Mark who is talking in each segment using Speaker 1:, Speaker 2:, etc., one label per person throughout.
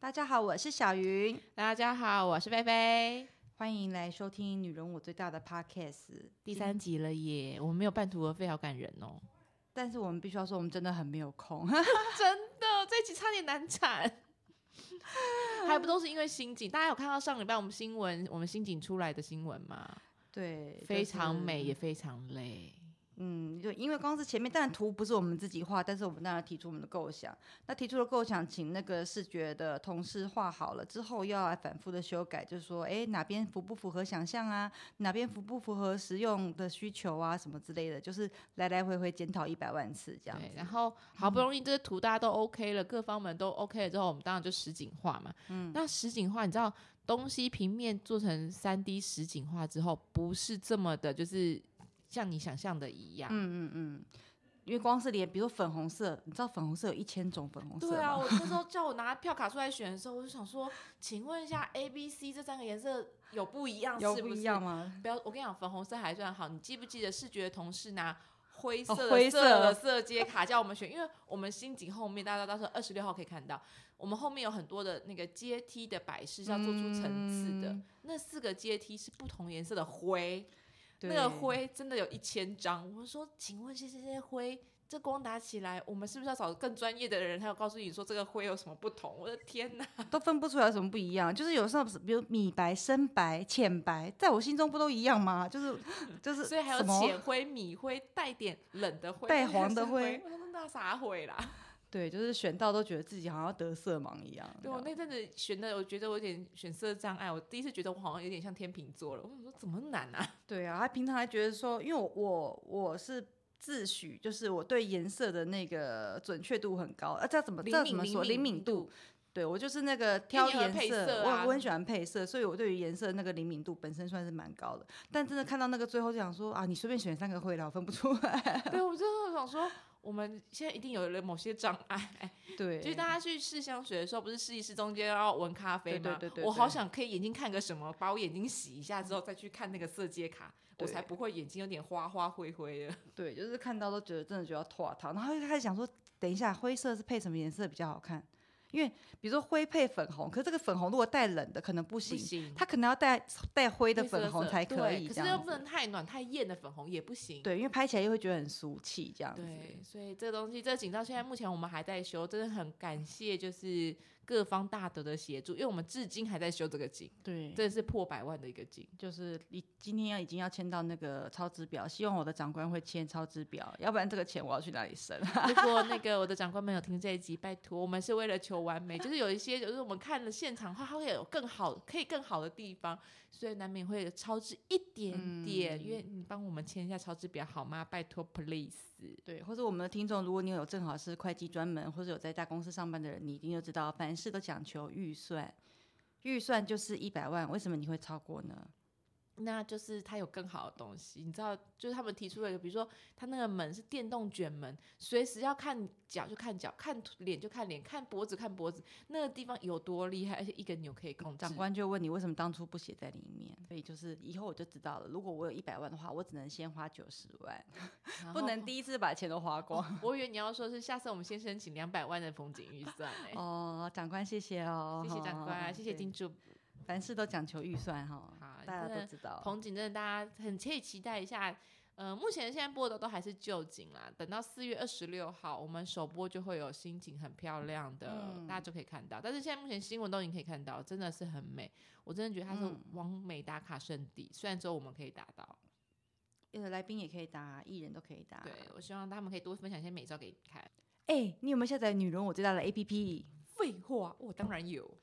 Speaker 1: 大家好，我是小云，
Speaker 2: 大家好，我是菲菲。
Speaker 1: 欢迎来收听《女人我最大的 Podcast》
Speaker 2: 第，三集了耶，我们没有半途而废，好感人哦！
Speaker 1: 但是我们必须要说，我们真的很没有 空。
Speaker 2: 真的，哦这一集差点难产， 还不都是因为新景？大家有看到上礼拜我们新闻，我们新景出来的新闻吗？
Speaker 1: 对，
Speaker 2: 非常美，
Speaker 1: 就是
Speaker 2: 也非常累。
Speaker 1: 嗯，就因为光是前面，当然图不是我们自己画，但是我们当然提出我们的构想。那提出的构想，请那个视觉的同事画好了之后，又要来反复的修改，就是说，哎，哪边符不符合想象啊？哪边符不符合实用的需求啊？什么之类的，就是来来回回检讨一百万次这样
Speaker 2: 对，
Speaker 1: 子
Speaker 2: 然。后好不容易这个图大家都 OK 了，各方面都 OK 了之后，我们当然就实景化嘛。嗯，那实景化，你知道东西平面做成三 D 实景化之后，不是这么的，就是像你想象的一样。
Speaker 1: 嗯嗯嗯，因为光是连，比如说粉红色，你知道粉红色有一千种粉红色吗？
Speaker 2: 对 啊，我那时候叫我拿票卡出来选的时候，我就想说，请问一下，A、B、C 这三个颜色有不一样，
Speaker 1: 有
Speaker 2: 是
Speaker 1: 不
Speaker 2: 不
Speaker 1: 一
Speaker 2: 是
Speaker 1: 样？吗？
Speaker 2: 不要，我跟你讲，粉红色还算好。你记不记得视觉同事拿灰色
Speaker 1: 哦
Speaker 2: 的、
Speaker 1: 灰色
Speaker 2: 色色阶卡叫我们选？因为我们新景后面，大家到时候二十六号可以看到，我们后面有很多的那个阶梯的摆饰是要做出层次
Speaker 1: 嗯
Speaker 2: 的。那四个阶梯是不同颜色的灰，那个
Speaker 1: 对
Speaker 2: 灰真的有一千张。我说，请问这这些灰，这光打起来，我们是不是要找更专业的人，还有告诉你说这个灰有什么不同？我的天哪！
Speaker 1: 都分不出来有什么不一样，就是有时候比如米白、深白、浅白，在我心中不都一样吗？就是就是
Speaker 2: 所以还有
Speaker 1: 什么
Speaker 2: 浅灰、米灰，带点冷的灰，
Speaker 1: 带黄的
Speaker 2: 灰
Speaker 1: 灰，
Speaker 2: 我说那啥灰 啦？
Speaker 1: 对，就是选到都觉得自己好像得色盲一样。
Speaker 2: 对我那阵子选的，我觉得我有点选色障碍，我第一次觉得我好像有点像天秤座了。我想说怎么难啊？
Speaker 1: 对啊，他平常还觉得说，因为我我我是自诩，就是我对颜色的那个准确度很高，啊，这要怎么这要怎么说灵敏度？，对我就是那个挑
Speaker 2: 你也会
Speaker 1: 颜
Speaker 2: 配
Speaker 1: 色，
Speaker 2: 色啊
Speaker 1: 我我很喜欢配色，所以我对于颜色那个灵敏度本身算是蛮高的。但真的看到那个最后就想说啊，你随便选三个会啦，我分不出来。
Speaker 2: 对我真的想说。我们现在一定有了某些障碍，
Speaker 1: 对，
Speaker 2: 就是大家去试香水的时候，不是试一试中间要闻咖啡吗？
Speaker 1: 对对对对
Speaker 2: 我好
Speaker 1: 对
Speaker 2: 想可以眼睛看个什么，把我眼睛洗一下之后再去看那个色阶卡，我
Speaker 1: 对
Speaker 2: 才不会眼睛有点花花灰灰的。
Speaker 1: 对，就是看到都觉得真的就要脱它，然后就开始想说，等一下灰色是配什么颜色比较好看？因为比如说灰配粉红，可是这个粉红如果带冷的可能不
Speaker 2: 不
Speaker 1: 行，
Speaker 2: 行，
Speaker 1: 它可能要带带灰的
Speaker 2: 嗯灰色
Speaker 1: 粉红才可
Speaker 2: 对
Speaker 1: 以
Speaker 2: 可
Speaker 1: 这
Speaker 2: 是又
Speaker 1: 样
Speaker 2: 不
Speaker 1: 子。
Speaker 2: 能太暖太艳的粉红也不行。
Speaker 1: 对，因为拍起来又会觉得很俗气这样子。
Speaker 2: 对，所以这个东西，这个警照现在目前我们还在修，真的很感谢就是各方大德的协助，因为我们至今还在修这个景，
Speaker 1: 对
Speaker 2: 真的是破百万的一个景。
Speaker 1: 就是你今天要已经要签到那个超支表，希望我的长官会签超支表，要不然这个钱我要去哪里啊生？
Speaker 2: 如果那个我的长官们有听这一集，拜托，我们是为了求完美，就是有一些就是我们看了现场的话，它会有更好，可以更好的地方，所以难免会超支一点
Speaker 1: 嗯
Speaker 2: 点。因为你帮我们签一下超支表好吗？拜托，please。
Speaker 1: 对，或者我们的听众，如果你有正好是会计专门，或者有在大公司上班的人，你一定就知道，凡事都讲求预算，预算就是一百万，为什么你会超过呢？
Speaker 2: 那就是它有更好的东西，你知道，就是他们提出了，比如说它那个门是电动卷门，随时要看脚就看脚，看脸就看脸，看脖子看脖子，那个地方有多厉害，而且一个钮可以控制。
Speaker 1: 长官就问你为什么当初不写在里面，所以就是以后我就知道了。如果我有一百万的话，我只能先花九十万，
Speaker 2: 然后
Speaker 1: 不能。第一次把钱都花光。
Speaker 2: 我以为你要说是下次我们先申请两百万的风景预算、欸，
Speaker 1: 哦，长官谢谢哦，
Speaker 2: 谢谢长官，啊谢谢
Speaker 1: 对
Speaker 2: 金主。
Speaker 1: 凡事都讲求预算哈，
Speaker 2: 好
Speaker 1: 大家都
Speaker 2: 真的
Speaker 1: 知道。
Speaker 2: 彭景真的大家很可以期待一下。呃，目前现在播的都还是旧景啦，等到四月二十六号，我们首播就会有新景，很漂亮的，
Speaker 1: 嗯
Speaker 2: 大家就可以看到。但是现在目前新闻都已经可以看到，真的是很美，我真的觉得它是
Speaker 1: 嗯
Speaker 2: 完美打卡圣地。虽然只有我们可以打到，
Speaker 1: 呃，来宾也可以打，艺人都可以打。
Speaker 2: 对我希望他们可以多分享一些美照给你看。
Speaker 1: 哎、你有没有下载“女人我最大的 ”APP？
Speaker 2: 废话，我当然有，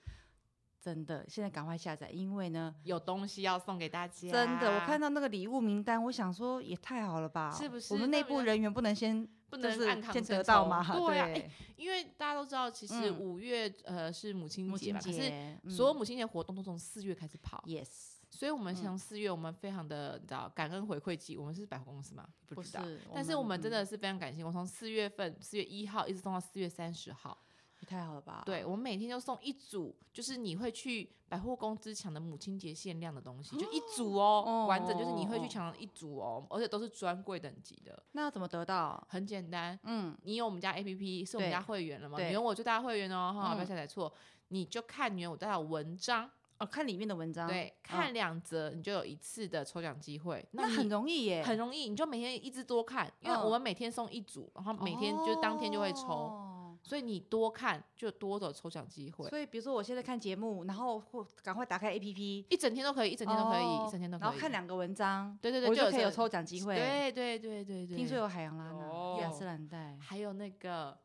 Speaker 1: 真的，现在赶快下载，因为呢，
Speaker 2: 有东西要送给大家。
Speaker 1: 真的，我看到那个礼物名单，我想说也太好了吧？
Speaker 2: 是不是
Speaker 1: 我们
Speaker 2: 那
Speaker 1: 内部
Speaker 2: 比较
Speaker 1: 人员不能先
Speaker 2: 不
Speaker 1: 就
Speaker 2: 能
Speaker 1: 是
Speaker 2: 暗扛
Speaker 1: 先
Speaker 2: 成
Speaker 1: 得到
Speaker 2: 仇
Speaker 1: 吗？
Speaker 2: 对啊，
Speaker 1: 对，
Speaker 2: 因为大家都知道，其实
Speaker 1: 嗯
Speaker 2: 五月、呃是母亲
Speaker 1: 母
Speaker 2: 节
Speaker 1: 亲
Speaker 2: 嘛，可是
Speaker 1: 节，嗯
Speaker 2: 所有母亲节活动都从四月开始跑，
Speaker 1: yes
Speaker 2: 所以我们从四月我们非常的你知道感恩回馈季，我们是百货公司嘛，不
Speaker 1: 不
Speaker 2: 知
Speaker 1: 是
Speaker 2: 道。，但是我们真
Speaker 1: 嗯
Speaker 2: 的是非常感谢，我从四月份四月一号一直送到四月三十号，
Speaker 1: 也太好了吧？
Speaker 2: 对，我们每天就送一组，就是你会去百货公司抢的母亲节限量的东西，就一组哦，
Speaker 1: 哦
Speaker 2: 完整就是你会
Speaker 1: 哦
Speaker 2: 去抢一组哦，而且都是专柜等级的，
Speaker 1: 那要怎么得到？
Speaker 2: 很简单。
Speaker 1: 嗯，
Speaker 2: 你有我们家 APP 是我们
Speaker 1: 对
Speaker 2: 家会员了吗？
Speaker 1: 对
Speaker 2: 你有我最大的会员哦，哈，不要
Speaker 1: 嗯
Speaker 2: 下载错。你就看你有我最大的文章，
Speaker 1: 哦，看里面的文章，，嗯
Speaker 2: 对，看两则你就有一次的抽奖机会。
Speaker 1: 那
Speaker 2: 你
Speaker 1: 很容易耶，
Speaker 2: 很容易，你就每天一直多看，因为
Speaker 1: 嗯
Speaker 2: 我们每天送一组，然后每天就当天就会抽，
Speaker 1: 哦
Speaker 2: 所以你多看就多走抽奖机会，
Speaker 1: 所以比如说我现在看节目，然后或赶快打开 APP，
Speaker 2: 一整天都可以，一整天都可以，一整天都可以。
Speaker 1: 哦然后看两个文章，
Speaker 2: 对对对，
Speaker 1: 我就
Speaker 2: 有
Speaker 1: 可以有
Speaker 2: 这
Speaker 1: 抽奖机会。，
Speaker 2: 对哦对对对对。
Speaker 1: 听说有海洋拉娜、雅
Speaker 2: 有
Speaker 1: 诗兰黛、
Speaker 2: 还有那个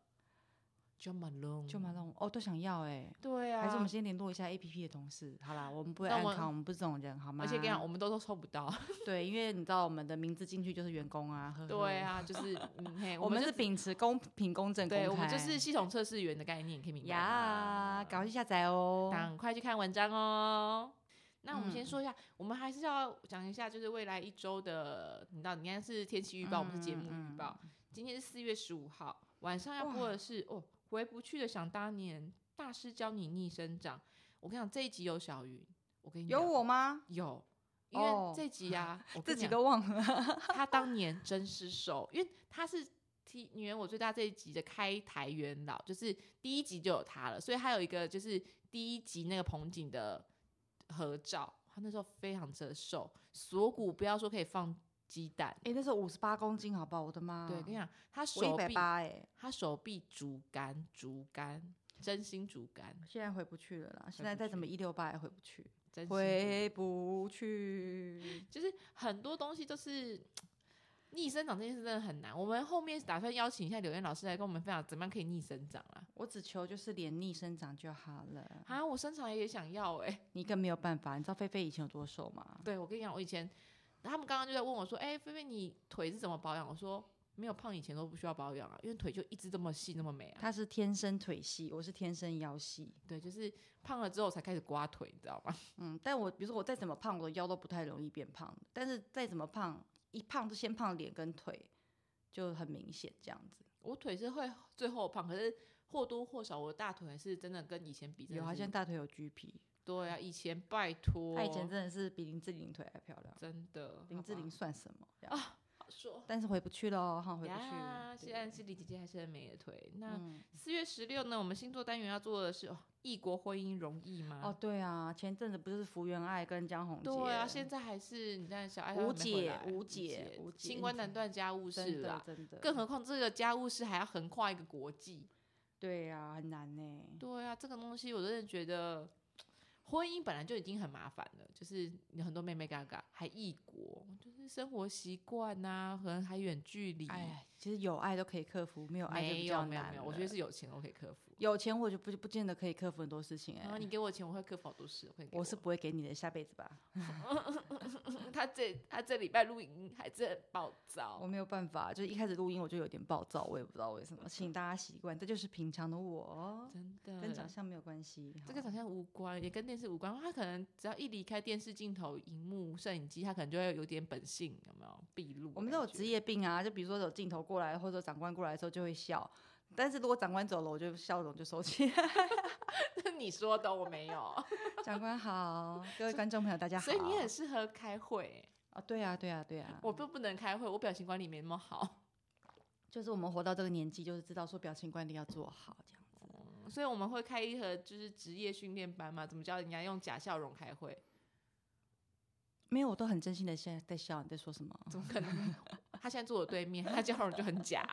Speaker 2: Jo Malone，
Speaker 1: 就马龙，哦，都想要哎。
Speaker 2: 对啊，
Speaker 1: 还是我们先联络一下 A P P 的同事。好啦，我们不会
Speaker 2: 那
Speaker 1: 暗
Speaker 2: 我
Speaker 1: 扛，我们不是这种人，好吗？
Speaker 2: 而且跟你讲，我们都都抽不到。
Speaker 1: 对，因为你知道我们的名字进去就是员工啊，呵呵
Speaker 2: 对，啊，就是嗯 嘿，
Speaker 1: 我们
Speaker 2: 就是
Speaker 1: 秉持公平、公正、公
Speaker 2: 对，
Speaker 1: 开，
Speaker 2: 我们就是系统测试员的概念，你可以明白
Speaker 1: 呀
Speaker 2: 吗？，
Speaker 1: 赶快去下载哦。
Speaker 2: 赶快去看文章哦。那我们先
Speaker 1: 嗯
Speaker 2: 说一下，我们还是要讲一下，就是未来一周的，你知道，你看是天气预报，我们是节目
Speaker 1: 嗯嗯
Speaker 2: 预报。今天是四月十五号晚上要播的是哦，回不去的想当年，大师教你逆生长。我跟你讲，这一集有小云，我跟你
Speaker 1: 有
Speaker 2: 讲
Speaker 1: 我吗？
Speaker 2: 有，因
Speaker 1: 哦
Speaker 2: 为这集啊，我
Speaker 1: 自
Speaker 2: 跟你
Speaker 1: 己
Speaker 2: 讲
Speaker 1: 都忘了。
Speaker 2: 他当年真失手，因为他是提女人我最大这一集的开台元老，就是第一集就有他了，所以他有一个就是第一集那个彭景的合照，他那时候非常之瘦，锁骨不要说可以放鸡蛋，
Speaker 1: 哎，那时候五十八公斤，好不好？我的妈！
Speaker 2: 对，跟你讲，他
Speaker 1: 嗯我一
Speaker 2: 手
Speaker 1: 百
Speaker 2: 臂
Speaker 1: 八哎，
Speaker 2: 他手臂竹竿竹竿，真心竹竿，
Speaker 1: 现在回不去了啦。现
Speaker 2: 回
Speaker 1: 在
Speaker 2: 不
Speaker 1: 再怎
Speaker 2: 去
Speaker 1: 么一六八也回不去，
Speaker 2: 真心竹竿
Speaker 1: 回不去。
Speaker 2: 就是很多东西都是逆生长这件事真的很难。我们后面打算邀请一下柳燕老师来跟我们分享怎么样可以逆生长啊啦。
Speaker 1: 我只求就是连逆生长就好了。
Speaker 2: 啊，我身材也想要哎、
Speaker 1: 你更没有办法，你知道菲菲以前有多瘦吗？
Speaker 2: 对，我跟你讲，我以前他们刚刚就在问我说，哎、菲菲你腿是怎么保养？我说没有胖以前都不需要保养啊，因为腿就一直这么细那么美啊。
Speaker 1: 她是天生腿细，我是天生腰细。
Speaker 2: 对，就是胖了之后才开始刮腿，你知道吗？
Speaker 1: 嗯，但我比如说我再怎么胖，我的腰都不太容易变胖。但是再怎么胖，一胖就先胖脸跟腿，就很明显这样子。
Speaker 2: 我腿是会最后胖，可是或多或少我的大腿还是真的跟以前比真的
Speaker 1: 有啊好
Speaker 2: 是
Speaker 1: 像大腿有橘皮，
Speaker 2: 对啊，以前拜托，
Speaker 1: 她以前真的是比林志玲腿还漂亮。
Speaker 2: 真的
Speaker 1: 林志玲算什么啊？
Speaker 2: 好说。
Speaker 1: 但是回不去了，哈，回不去
Speaker 2: 哦呀
Speaker 1: 了。
Speaker 2: 现在是李姐姐还是很美的腿。那
Speaker 1: 嗯，
Speaker 2: 四月十六呢，我们星座单元要做的是哦，异国婚姻容易吗？
Speaker 1: 哦，对啊，前阵子不是福原爱跟江宏杰？
Speaker 2: 对啊，现在还是你看小爱
Speaker 1: 无
Speaker 2: 她还没回
Speaker 1: 解
Speaker 2: 来
Speaker 1: 无
Speaker 2: 无
Speaker 1: 解
Speaker 2: 解，
Speaker 1: 无解
Speaker 2: 新官难断家务
Speaker 1: 真
Speaker 2: 事
Speaker 1: 的
Speaker 2: 啦。
Speaker 1: 真的，
Speaker 2: 更何况这个家务事还要横跨一个国际。
Speaker 1: 对啊，很难呢。
Speaker 2: 对啊，这个东西我真的觉得，婚姻本来就已经很麻烦了，就是有很多妹妹嘎嘎，还异国，就是生活习惯呐，可能还远距离。
Speaker 1: 哎呀，其实有爱都可以克服，没有爱就
Speaker 2: 没
Speaker 1: 比
Speaker 2: 有
Speaker 1: 较
Speaker 2: 没有
Speaker 1: 难
Speaker 2: 没有，
Speaker 1: 了
Speaker 2: 我觉得是有钱我可以克服。
Speaker 1: 有钱我就不不见得可以克服很多事情哎、
Speaker 2: 然后啊你给我钱，我会克服好多事。我会给
Speaker 1: 我是不会给你的，下辈子吧，
Speaker 2: 他这他这礼拜录音还真的暴
Speaker 1: 我
Speaker 2: 躁，
Speaker 1: 没有办法。就一开始录音我就有点暴躁，我也不知道为什么，请大家习惯，这就是平常的我，哦
Speaker 2: 真的
Speaker 1: 跟长相没有关系。
Speaker 2: 这跟
Speaker 1: 好
Speaker 2: 长相无关，也跟电视无关。他可能只要一离开电视镜头、荧幕、摄影机，他可能就会有点本性，有没有毕露？
Speaker 1: 我们都有职
Speaker 2: 职业，
Speaker 1: 业病啊，就比如说有镜头过来，或者说长官过来的时候就会笑，但是如果长官走了，我就笑容就收起 来。
Speaker 2: 你说的我没有，
Speaker 1: 长官好，各位观众朋友大家好。
Speaker 2: 所以你很适合开会。
Speaker 1: 啊，对啊，对啊，对啊，
Speaker 2: 我都不能开会，我表情管理没那么好，
Speaker 1: 就是我们活到这个年纪，就是知道说表情管理要做好这样子。
Speaker 2: 所以我们会开一个就是职业训练班嘛，怎么教人家用假笑容开会？
Speaker 1: 没有，我都很真心的现在在笑，你在说什么？
Speaker 2: 怎么可能？ 他现在坐我对面，他笑容就 很假。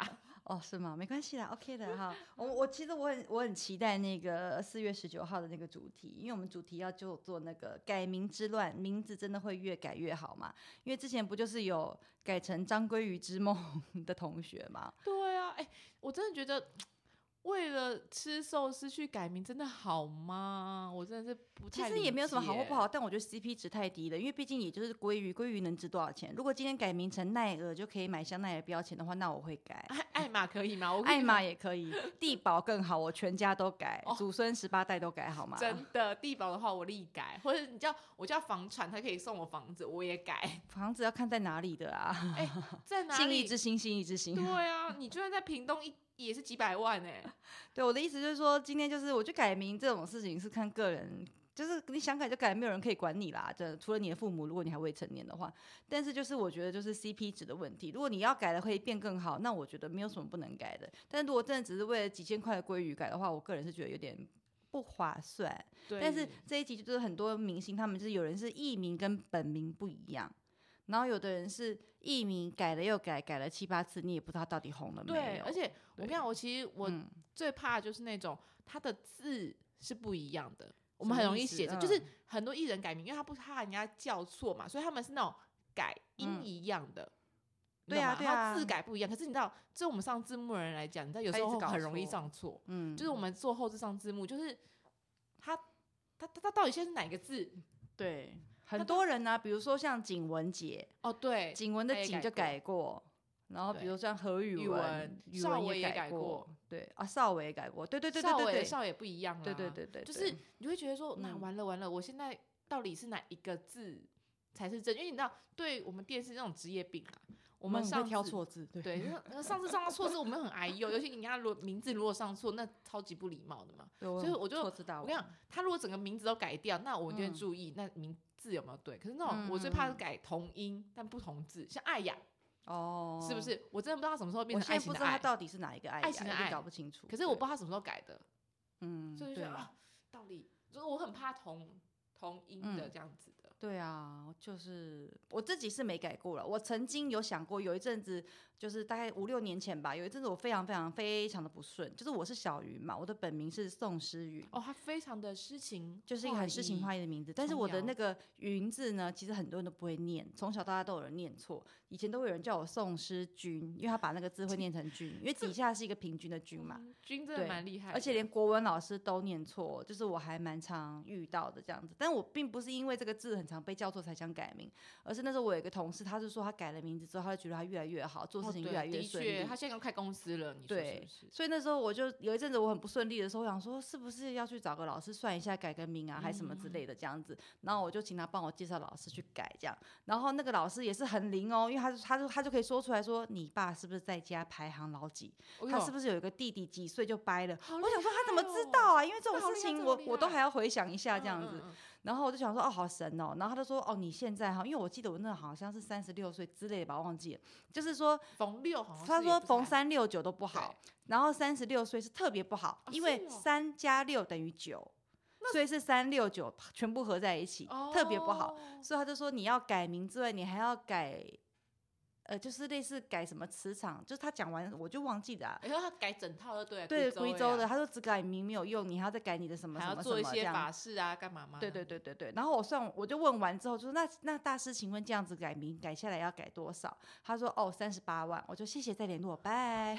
Speaker 1: 哦，是吗？没关系啦，OK 的哈。我我其实我很我很期待那个四月十九号的那个主题，因为我们主题要就做那个改名之乱，名字真的会越改越好嘛？因为之前不就是有改成张鲑鱼之梦的同学嘛？
Speaker 2: 对啊，哎、我真的觉得为了吃寿司去改名真的好吗？我真的是不
Speaker 1: 其
Speaker 2: 太
Speaker 1: 实也
Speaker 2: 理
Speaker 1: 没有什么好或
Speaker 2: 解
Speaker 1: 不好，但我觉得 CP 值太低了，因为毕竟也就是鲑鱼，鲑鱼能值多少钱？如果今天改名成奈尔就可以买香奈儿标签的话，那我会改。
Speaker 2: 爱 爱玛可以吗？啊我跟
Speaker 1: 爱
Speaker 2: 你
Speaker 1: 玛也可以，地保更好，我全家都改，
Speaker 2: 哦
Speaker 1: 祖孙十八代都改好吗？。
Speaker 2: 真的地保的话，我立改，或者你叫我叫房产，他可以送我房子，我也改
Speaker 1: 房子要看在哪里的啊。
Speaker 2: 在哪
Speaker 1: 信义
Speaker 2: 里
Speaker 1: 之？星，信义之星。
Speaker 2: 对啊，你就算在屏东一也是几百万哎、
Speaker 1: 对，我的意思就是说，今天就是我觉得改名这种事情是看个人，就是你想改就改，没有人可以管你啦。这除了你的父母，如果你还未成年的话，但是就是我觉得就是 CP 值的问题。如果你要改了可以变更好，那我觉得没有什么不能改的。但如果真的只是为了几千块的鲑鱼改的话，我个人是觉得有点不划算。
Speaker 2: 对，
Speaker 1: 但是这一集就是很多明星，他们就是有人是艺名跟本名不一样，然后有的人是艺名改了又改，改了七八次，你也不知道到底红了没有。
Speaker 2: 对，而且我跟你讲，我其实我
Speaker 1: 嗯
Speaker 2: 最怕就是那种他的字是不一样的，我们
Speaker 1: 什
Speaker 2: 很
Speaker 1: 么
Speaker 2: 容
Speaker 1: 意
Speaker 2: 易
Speaker 1: 思
Speaker 2: 写成，就是
Speaker 1: 嗯
Speaker 2: 很多艺人改名，因为他不怕人家叫错嘛，所以他们是那种改音
Speaker 1: 嗯
Speaker 2: 一样的。你
Speaker 1: 对
Speaker 2: 懂
Speaker 1: 啊
Speaker 2: 吗
Speaker 1: 对
Speaker 2: 他字
Speaker 1: 啊
Speaker 2: 改不一样，可是你知道，这我们上字幕的人来讲，你知道有
Speaker 1: 他
Speaker 2: 时
Speaker 1: 一直
Speaker 2: 候
Speaker 1: 搞
Speaker 2: 很容易
Speaker 1: 错
Speaker 2: 上错，
Speaker 1: 嗯，
Speaker 2: 就是我们做后置上字幕，就是他他他他到底现在是哪个字？
Speaker 1: 对，嗯很多人呢、比如说像景文杰，
Speaker 2: 哦，对，
Speaker 1: 景文
Speaker 2: 他
Speaker 1: 的
Speaker 2: 也
Speaker 1: 景就
Speaker 2: 改
Speaker 1: 改过，然后比
Speaker 2: 对
Speaker 1: 如像何宇
Speaker 2: 语
Speaker 1: 文
Speaker 2: 文，
Speaker 1: 语
Speaker 2: 邵
Speaker 1: 文
Speaker 2: 伟也
Speaker 1: 也
Speaker 2: 改
Speaker 1: 过
Speaker 2: 过，
Speaker 1: 对啊，邵伟也改过，对对对对
Speaker 2: 少
Speaker 1: 对
Speaker 2: 伟的
Speaker 1: 对，
Speaker 2: 少也不一样啦。
Speaker 1: 对对对对，
Speaker 2: 啊就是你就会觉得说，那
Speaker 1: 嗯
Speaker 2: 完了完了，我现在到底是哪一个字才是正？因为你知道，对我们电视那种职业病啊，我
Speaker 1: 我
Speaker 2: 们上
Speaker 1: 会挑
Speaker 2: 次。
Speaker 1: 错字，对
Speaker 2: 对，就是呃上次上到错字，我们很哎呦，尤其你跟他如果名字如果上错，那超级不礼貌的嘛。
Speaker 1: 对，所
Speaker 2: 所以我就
Speaker 1: 错字大王
Speaker 2: 我跟你讲，他如果整个名字都改掉，那我就会
Speaker 1: 哦嗯
Speaker 2: 注意那名字有没有对。可是那种我最怕是
Speaker 1: 嗯
Speaker 2: 改同音但不同字，像爱雅
Speaker 1: 哦，
Speaker 2: 是不是？我真的不知道他什么时候变
Speaker 1: 我
Speaker 2: 成
Speaker 1: 现
Speaker 2: 爱
Speaker 1: 在不
Speaker 2: 情的
Speaker 1: 知道他
Speaker 2: 爱，
Speaker 1: 到底是哪一个爱
Speaker 2: 爱
Speaker 1: 呀，
Speaker 2: 情的
Speaker 1: 有点
Speaker 2: 爱
Speaker 1: 搞不清楚。
Speaker 2: 可是我不知
Speaker 1: 对，
Speaker 2: 道他什么时候改的，
Speaker 1: 嗯，
Speaker 2: 所以就
Speaker 1: 对
Speaker 2: 觉得啊，到底就是我很怕同同音的
Speaker 1: 嗯
Speaker 2: 这样子的。
Speaker 1: 对啊，就是我自己是没改过了。我曾经有想过，有一阵子就是大概五六年前吧，有一阵子我非常非常非常的不顺，就是我是小云嘛，我的本名是宋诗云。
Speaker 2: 哦，他非常的诗情，
Speaker 1: 就是一个很诗情画
Speaker 2: 意。
Speaker 1: 意的名字，但是
Speaker 2: 琼
Speaker 1: 我的
Speaker 2: 瑶
Speaker 1: 那个“云”字呢，其实很多人都不会念，从小到大都有人念错。以前都会有人叫我宋诗君，因为他把那个字会念成“君”，因为底下是一个平均的“君”嘛。
Speaker 2: 嗯，君真的
Speaker 1: 对
Speaker 2: 蛮厉害的，
Speaker 1: 而且连国文老师都念错，就是我还蛮常遇到的这样子。但我并不是因为这个字很常被叫错才想改名，而是那时候我有一个同事，他是说他改了名字之后，他就觉得他越来越好，做
Speaker 2: 哦
Speaker 1: 事情
Speaker 2: 对
Speaker 1: 越来越
Speaker 2: 的
Speaker 1: 顺
Speaker 2: 确，
Speaker 1: 利。
Speaker 2: 他现在要开公司了，你说是
Speaker 1: 对
Speaker 2: 不是？
Speaker 1: 所以那时候我就有一阵子我很不顺利的时候，我想说是不是要去找个老师算一下改个名啊，还什么之类
Speaker 2: 嗯
Speaker 1: 的这样子。然后我就请他帮我介绍老师去改这样。然后那个老师也是很灵哦，因为他就他就他就可以说出来说你爸是不是在家排行老几，
Speaker 2: 哎
Speaker 1: 他
Speaker 2: 呦
Speaker 1: 是不是有一个弟弟几岁就掰了。
Speaker 2: 好
Speaker 1: 我想说他怎么知
Speaker 2: 厉害哦
Speaker 1: 道啊？因为这种
Speaker 2: 那好厉
Speaker 1: 事
Speaker 2: 害
Speaker 1: 情
Speaker 2: 这
Speaker 1: 我
Speaker 2: 好厉
Speaker 1: 我都
Speaker 2: 害
Speaker 1: 还要回想一下这样
Speaker 2: 嗯
Speaker 1: 子。
Speaker 2: 嗯嗯
Speaker 1: 然后我就想说哦好神哦，然后他就说哦你现在哈，因为我记得我那好像是三十六岁之类的吧，忘记了。就是说
Speaker 2: 嗯逢六好像
Speaker 1: 他
Speaker 2: 是也
Speaker 1: 说
Speaker 2: 不是
Speaker 1: 逢
Speaker 2: 很
Speaker 1: 三六九都不好，然后三十六岁是特别不好，
Speaker 2: 哦
Speaker 1: 因为
Speaker 2: 是哦
Speaker 1: 三加六等于九，所以是三六九全部合在一起，特别不好。，
Speaker 2: 哦
Speaker 1: 所以他就说你要改名之外，你还要改。呃，就是类似改什么磁场，就是他讲完我就忘记了啊、
Speaker 2: 然哎后他改整套就对了，
Speaker 1: 对，
Speaker 2: 贵
Speaker 1: 贵州的，，他说只改名没有用，你还要再改你的什么
Speaker 2: 还
Speaker 1: 什
Speaker 2: 要
Speaker 1: 么什
Speaker 2: 做一
Speaker 1: 么这
Speaker 2: 些
Speaker 1: 样。
Speaker 2: 法事啊，干嘛嘛？
Speaker 1: 对对，对对对，然后我算我就问完之后，就说那那大师，请问这样子改名改下来要改多少？他说哦三十八万，我就谢谢再联络，拜。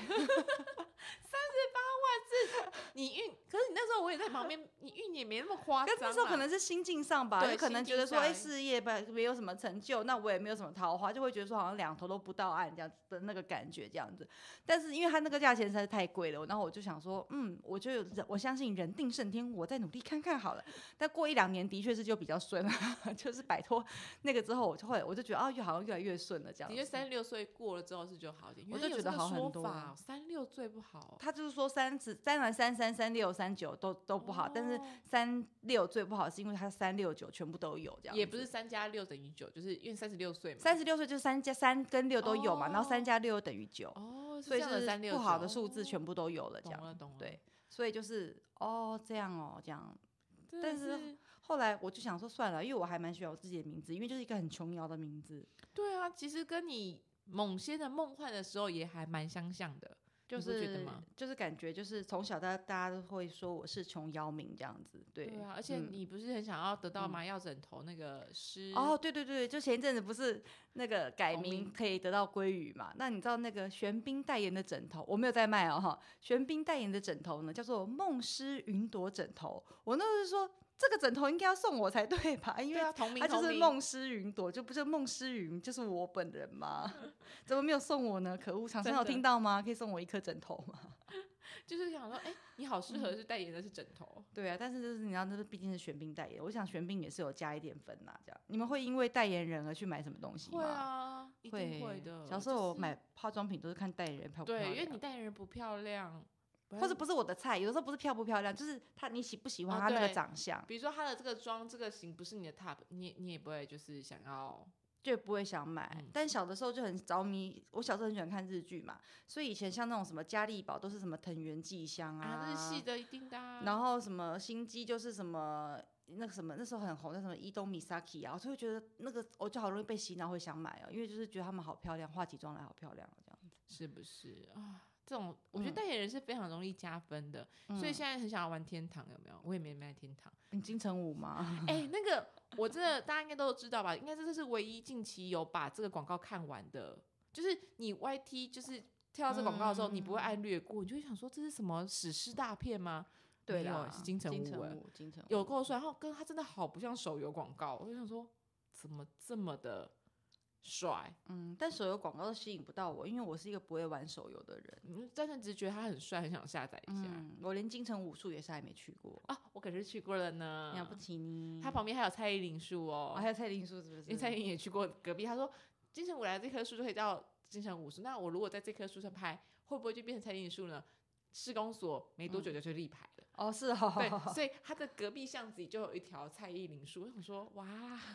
Speaker 2: 你运，可是你那时候我也在旁 边，你运也没那么夸张
Speaker 1: 但
Speaker 2: 啊，
Speaker 1: 那时候可能是心境上吧，
Speaker 2: 对
Speaker 1: 有可能
Speaker 2: 心境
Speaker 1: 觉得说
Speaker 2: 上
Speaker 1: 哎事业吧没有什么成就，那我也没有什么桃花，就会觉得说好像两头都不到岸这样子的那个感觉这样子。但是因为他那个价钱实在是太贵了，然后我就想说嗯，我就我相信人定胜天，我再努力看看好了。但过一两年的确是就比较顺了， 就是摆脱那个之后，我就会我就觉得啊，越好像越来越顺了这样
Speaker 2: 的
Speaker 1: 子。
Speaker 2: 确三十六岁过了之后是就好一点，
Speaker 1: 我
Speaker 2: 原
Speaker 1: 就
Speaker 2: 来有
Speaker 1: 觉
Speaker 2: 这
Speaker 1: 得
Speaker 2: 个
Speaker 1: 好很
Speaker 2: 说
Speaker 1: 多
Speaker 2: 法哦，三六最不好哦，
Speaker 1: 他就是说三十、三完三三、三六、三九都都不好，但是
Speaker 2: 哦
Speaker 1: 三六最不好是因为他三六九全部都有这样子，
Speaker 2: 也不是三加六等于九，就是因为三十六岁嘛，
Speaker 1: 三十六岁就是三加三跟六都有嘛，然后
Speaker 2: 哦
Speaker 1: 三加六等于九，
Speaker 2: 哦，
Speaker 1: 所以
Speaker 2: 是
Speaker 1: 是
Speaker 2: 三六哦
Speaker 1: 不好的数字全部都有了，这
Speaker 2: 懂
Speaker 1: 样
Speaker 2: 了懂了，
Speaker 1: 对，所以就是哦这样哦这样。
Speaker 2: 真的，
Speaker 1: 但是后来我就想说算了，因为我还蛮喜欢我自己的名字，因为就是一个很琼瑶的名字，
Speaker 2: 对啊，其实跟你某些的梦幻的时候也还蛮相像的，
Speaker 1: 就
Speaker 2: 你不觉
Speaker 1: 是
Speaker 2: 得吗
Speaker 1: 就是感觉就是从小到大家都会说我是琼瑶名这样子，对。
Speaker 2: 对啊，而且
Speaker 1: 嗯
Speaker 2: 你不是很想要得到麻药枕头那个诗
Speaker 1: 哦，对对对，就前一阵子不是那个改
Speaker 2: 同
Speaker 1: 名
Speaker 2: 名
Speaker 1: 可以得到鲑鱼嘛？那你知道那个玄彬代言的枕头，我没有在卖哦哈。玄彬代言的枕头呢，叫做梦诗云朵枕头。我那时候就说这个枕头应该要送我才对吧？因
Speaker 2: 对啊，
Speaker 1: 为
Speaker 2: 同名
Speaker 1: 它就
Speaker 2: 同
Speaker 1: 是
Speaker 2: 名
Speaker 1: 梦诗云朵，就不是梦诗云，就是我本 人嘛。怎么没有送我呢？可恶！厂商
Speaker 2: 真
Speaker 1: 有
Speaker 2: 的
Speaker 1: 听到吗？可以送我一颗枕头吗？
Speaker 2: 就是想说，哎、你好适
Speaker 1: 嗯
Speaker 2: 合是代言的是枕头，
Speaker 1: 对啊，但是就是你知道，这毕竟是玄彬代言，我想玄彬也是有加一点分呐、这样，你们会因为代言人而去买什么东西吗？
Speaker 2: 会啊，一定
Speaker 1: 会
Speaker 2: 会的。
Speaker 1: 小时
Speaker 2: 就
Speaker 1: 候我
Speaker 2: 是
Speaker 1: 买化妆品都是看代言人漂不漂
Speaker 2: 对，
Speaker 1: 亮，
Speaker 2: 因为你代言人不漂亮，
Speaker 1: 或者不是我的菜，有的时候不是漂不漂亮，就是他你喜不喜欢
Speaker 2: 哦
Speaker 1: 他那个
Speaker 2: 对
Speaker 1: 长相，
Speaker 2: 比如说他的这个妆、这个型不是你的 top，你你也不会就是想要
Speaker 1: 就不会想买。
Speaker 2: 嗯
Speaker 1: 但小的时候就很着迷，我小时候很喜欢看日剧嘛，所以以前像那种什么嘉利宝都是什么藤原纪香
Speaker 2: 啊，日系的一定的、啊。
Speaker 1: 然后什么心机就是什么那个什么那时候很红，叫什么伊东米萨 i 啊，我就会觉得那个我就好容易被洗脑，会想买哦，因为就是觉得他们好漂亮，化起妆来好漂亮哦这样子。
Speaker 2: 是不是啊？这种我觉
Speaker 1: 嗯
Speaker 2: 得代言人是非常容易加分的，所以现在很想要玩天堂，有没有？我也没买天堂。
Speaker 1: 你金城武吗？
Speaker 2: 哎、那个我真的大家应该都知道吧？应该这是唯一近期有把这个广告看完的，就是你 YT 就是。跳到这广告的时候，你
Speaker 1: 嗯
Speaker 2: 不会按略过，你就会想说这是什么史诗大片吗？
Speaker 1: 对
Speaker 2: 没有
Speaker 1: 啦，
Speaker 2: 是金城武哎
Speaker 1: 武，金城武
Speaker 2: 有够帅，然后跟他真的好不像手游广告，我就想说怎么这么的帅？
Speaker 1: 嗯，但手游广告都吸引不到我，因为我是一个不会玩手游的人。
Speaker 2: 嗯，但是只是觉得他很帅，很想下载一下、
Speaker 1: 嗯，我连金城武术也是还没去过，
Speaker 2: 啊！我可是去过了呢，
Speaker 1: 了不起呢。
Speaker 2: 嗯他旁边还有蔡依林树
Speaker 1: 哦，
Speaker 2: 哦，
Speaker 1: 还有蔡林树是不
Speaker 2: 因为
Speaker 1: 是？
Speaker 2: 蔡依林也去过隔壁。他说金城武来这棵树就可以叫金城武树，那我如果在这棵树上拍，会不会就变成蔡依林树呢？施工所没多久就就立牌了，
Speaker 1: 哦是哦，
Speaker 2: 对，所以他的隔壁巷子里就有一条蔡依林树。我想说，哇，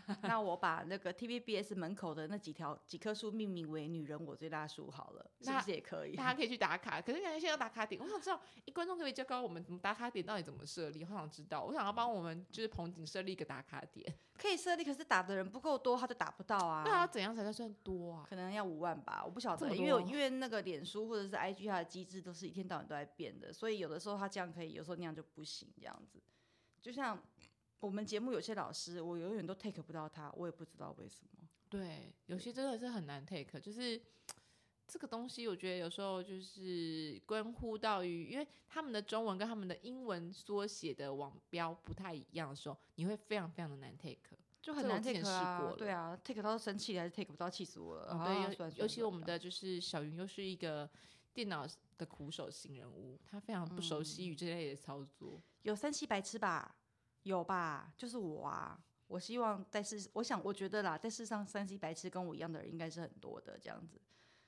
Speaker 1: 那我把那个 TVBS 门口的那几条几棵树命名为“女人我最大树”好了，是不
Speaker 2: 那
Speaker 1: 是也可以？
Speaker 2: 大家可以去打卡。可是感觉现在要打卡点，我想知道，诶，观众可不可以教教我们怎么打卡点到底怎么设立？我想知道，我想要帮我们就是彭景设立一个打卡点，
Speaker 1: 可以设立，可是打的人不够多，他就打不到啊。
Speaker 2: 那要怎样才算多啊？
Speaker 1: 可能要五万吧，我不晓
Speaker 2: 这
Speaker 1: 得，
Speaker 2: 么
Speaker 1: 因为我
Speaker 2: 多
Speaker 1: 因为那个脸书或者是 IG 它的机制都是一天到晚都在变的，所以有的时候它这样可以，有时候那样就不行，这样子。就像我们节目有些老师，我永远都 take 不到他，我也不知道为什么。
Speaker 2: 对，有些真的是很难 take，就是这个东西，我觉得有时候就是关乎到于，因为他们的中文跟他们的英文缩写的网标不太一样的时候，你会非常非常的难 take。
Speaker 1: 就很
Speaker 2: 这个我
Speaker 1: 难
Speaker 2: 之前
Speaker 1: take
Speaker 2: 试
Speaker 1: 啊
Speaker 2: 过，了
Speaker 1: 对啊，take 到生气还是 take 不到，气死我了。啊
Speaker 2: 对，
Speaker 1: 算
Speaker 2: 尤
Speaker 1: 了
Speaker 2: 尤其
Speaker 1: 算了
Speaker 2: 我们的就是小云又是一个电脑的苦手型人物，他非常不熟悉
Speaker 1: 嗯
Speaker 2: 于这类的操作。
Speaker 1: 有三七白痴吧？有吧？就是我啊！我希望在世，我想我觉得啦，在世上三七白痴跟我一样的人应该是很多的。这样子，